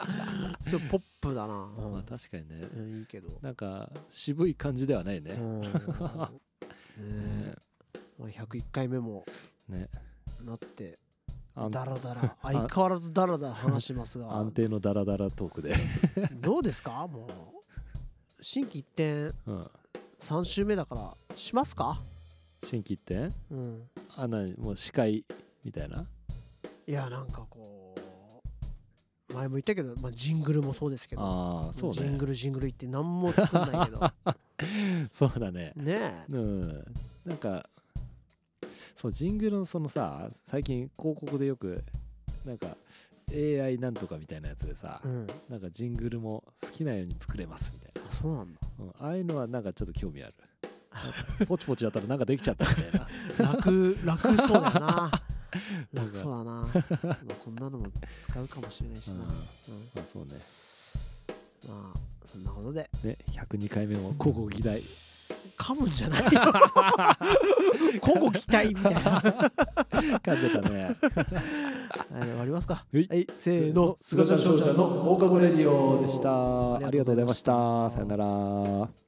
Speaker 1: ポップだな うん
Speaker 2: まあ確かにね
Speaker 1: うんいいけど
Speaker 2: なんか渋い感じではないうね、
Speaker 1: んねえまあ101回目も
Speaker 2: ね
Speaker 1: なって
Speaker 2: 安
Speaker 1: ダラダラ相変わらずダラダラ話してます が
Speaker 2: 安定のダラダラトークで、
Speaker 1: どうですかもう新規一転
Speaker 2: うん、
Speaker 1: 3週目だからしますか
Speaker 2: 新規って
Speaker 1: うん
Speaker 2: あなもう司会みたいない
Speaker 1: やなんかこう前も言ったけど、まあ、ジングルもそうですけど
Speaker 2: ああそう
Speaker 1: ジン
Speaker 2: ね
Speaker 1: グルジングル言って何も作んない けど
Speaker 2: そうだね
Speaker 1: ねえ
Speaker 2: うん、なんかそうジングルのそのさ最近広告でよくなんか AI なんとかみたいなやつでさ、
Speaker 1: うん
Speaker 2: なんかジングルも好きなように作れますみたい
Speaker 1: あそうなんだ
Speaker 2: な、うん、ああいうのはなんかちょっと興味あるなんかポチポチやったらなんかできちゃったみたい な
Speaker 1: 楽楽そう だよな
Speaker 2: なん
Speaker 1: 楽
Speaker 2: か
Speaker 1: そうだなまあそんなのも使うかもしれないしな、
Speaker 2: うん
Speaker 1: う
Speaker 2: まあそう
Speaker 1: ん
Speaker 2: ね
Speaker 1: まあそんなことで
Speaker 2: ね102回目も広告 議題
Speaker 1: 噛むんじゃないよ 交互期待みたいな、はい、
Speaker 2: 感じたね
Speaker 1: 終わりますか
Speaker 2: はい
Speaker 1: はいせーの
Speaker 2: すがちゃんしょうちゃんの放課後レディオでした
Speaker 1: あ
Speaker 2: あ
Speaker 1: り
Speaker 2: り
Speaker 1: が
Speaker 2: が
Speaker 1: と
Speaker 2: と
Speaker 1: うござい
Speaker 2: うござい
Speaker 1: ま
Speaker 2: ま
Speaker 1: し
Speaker 2: したたさよなら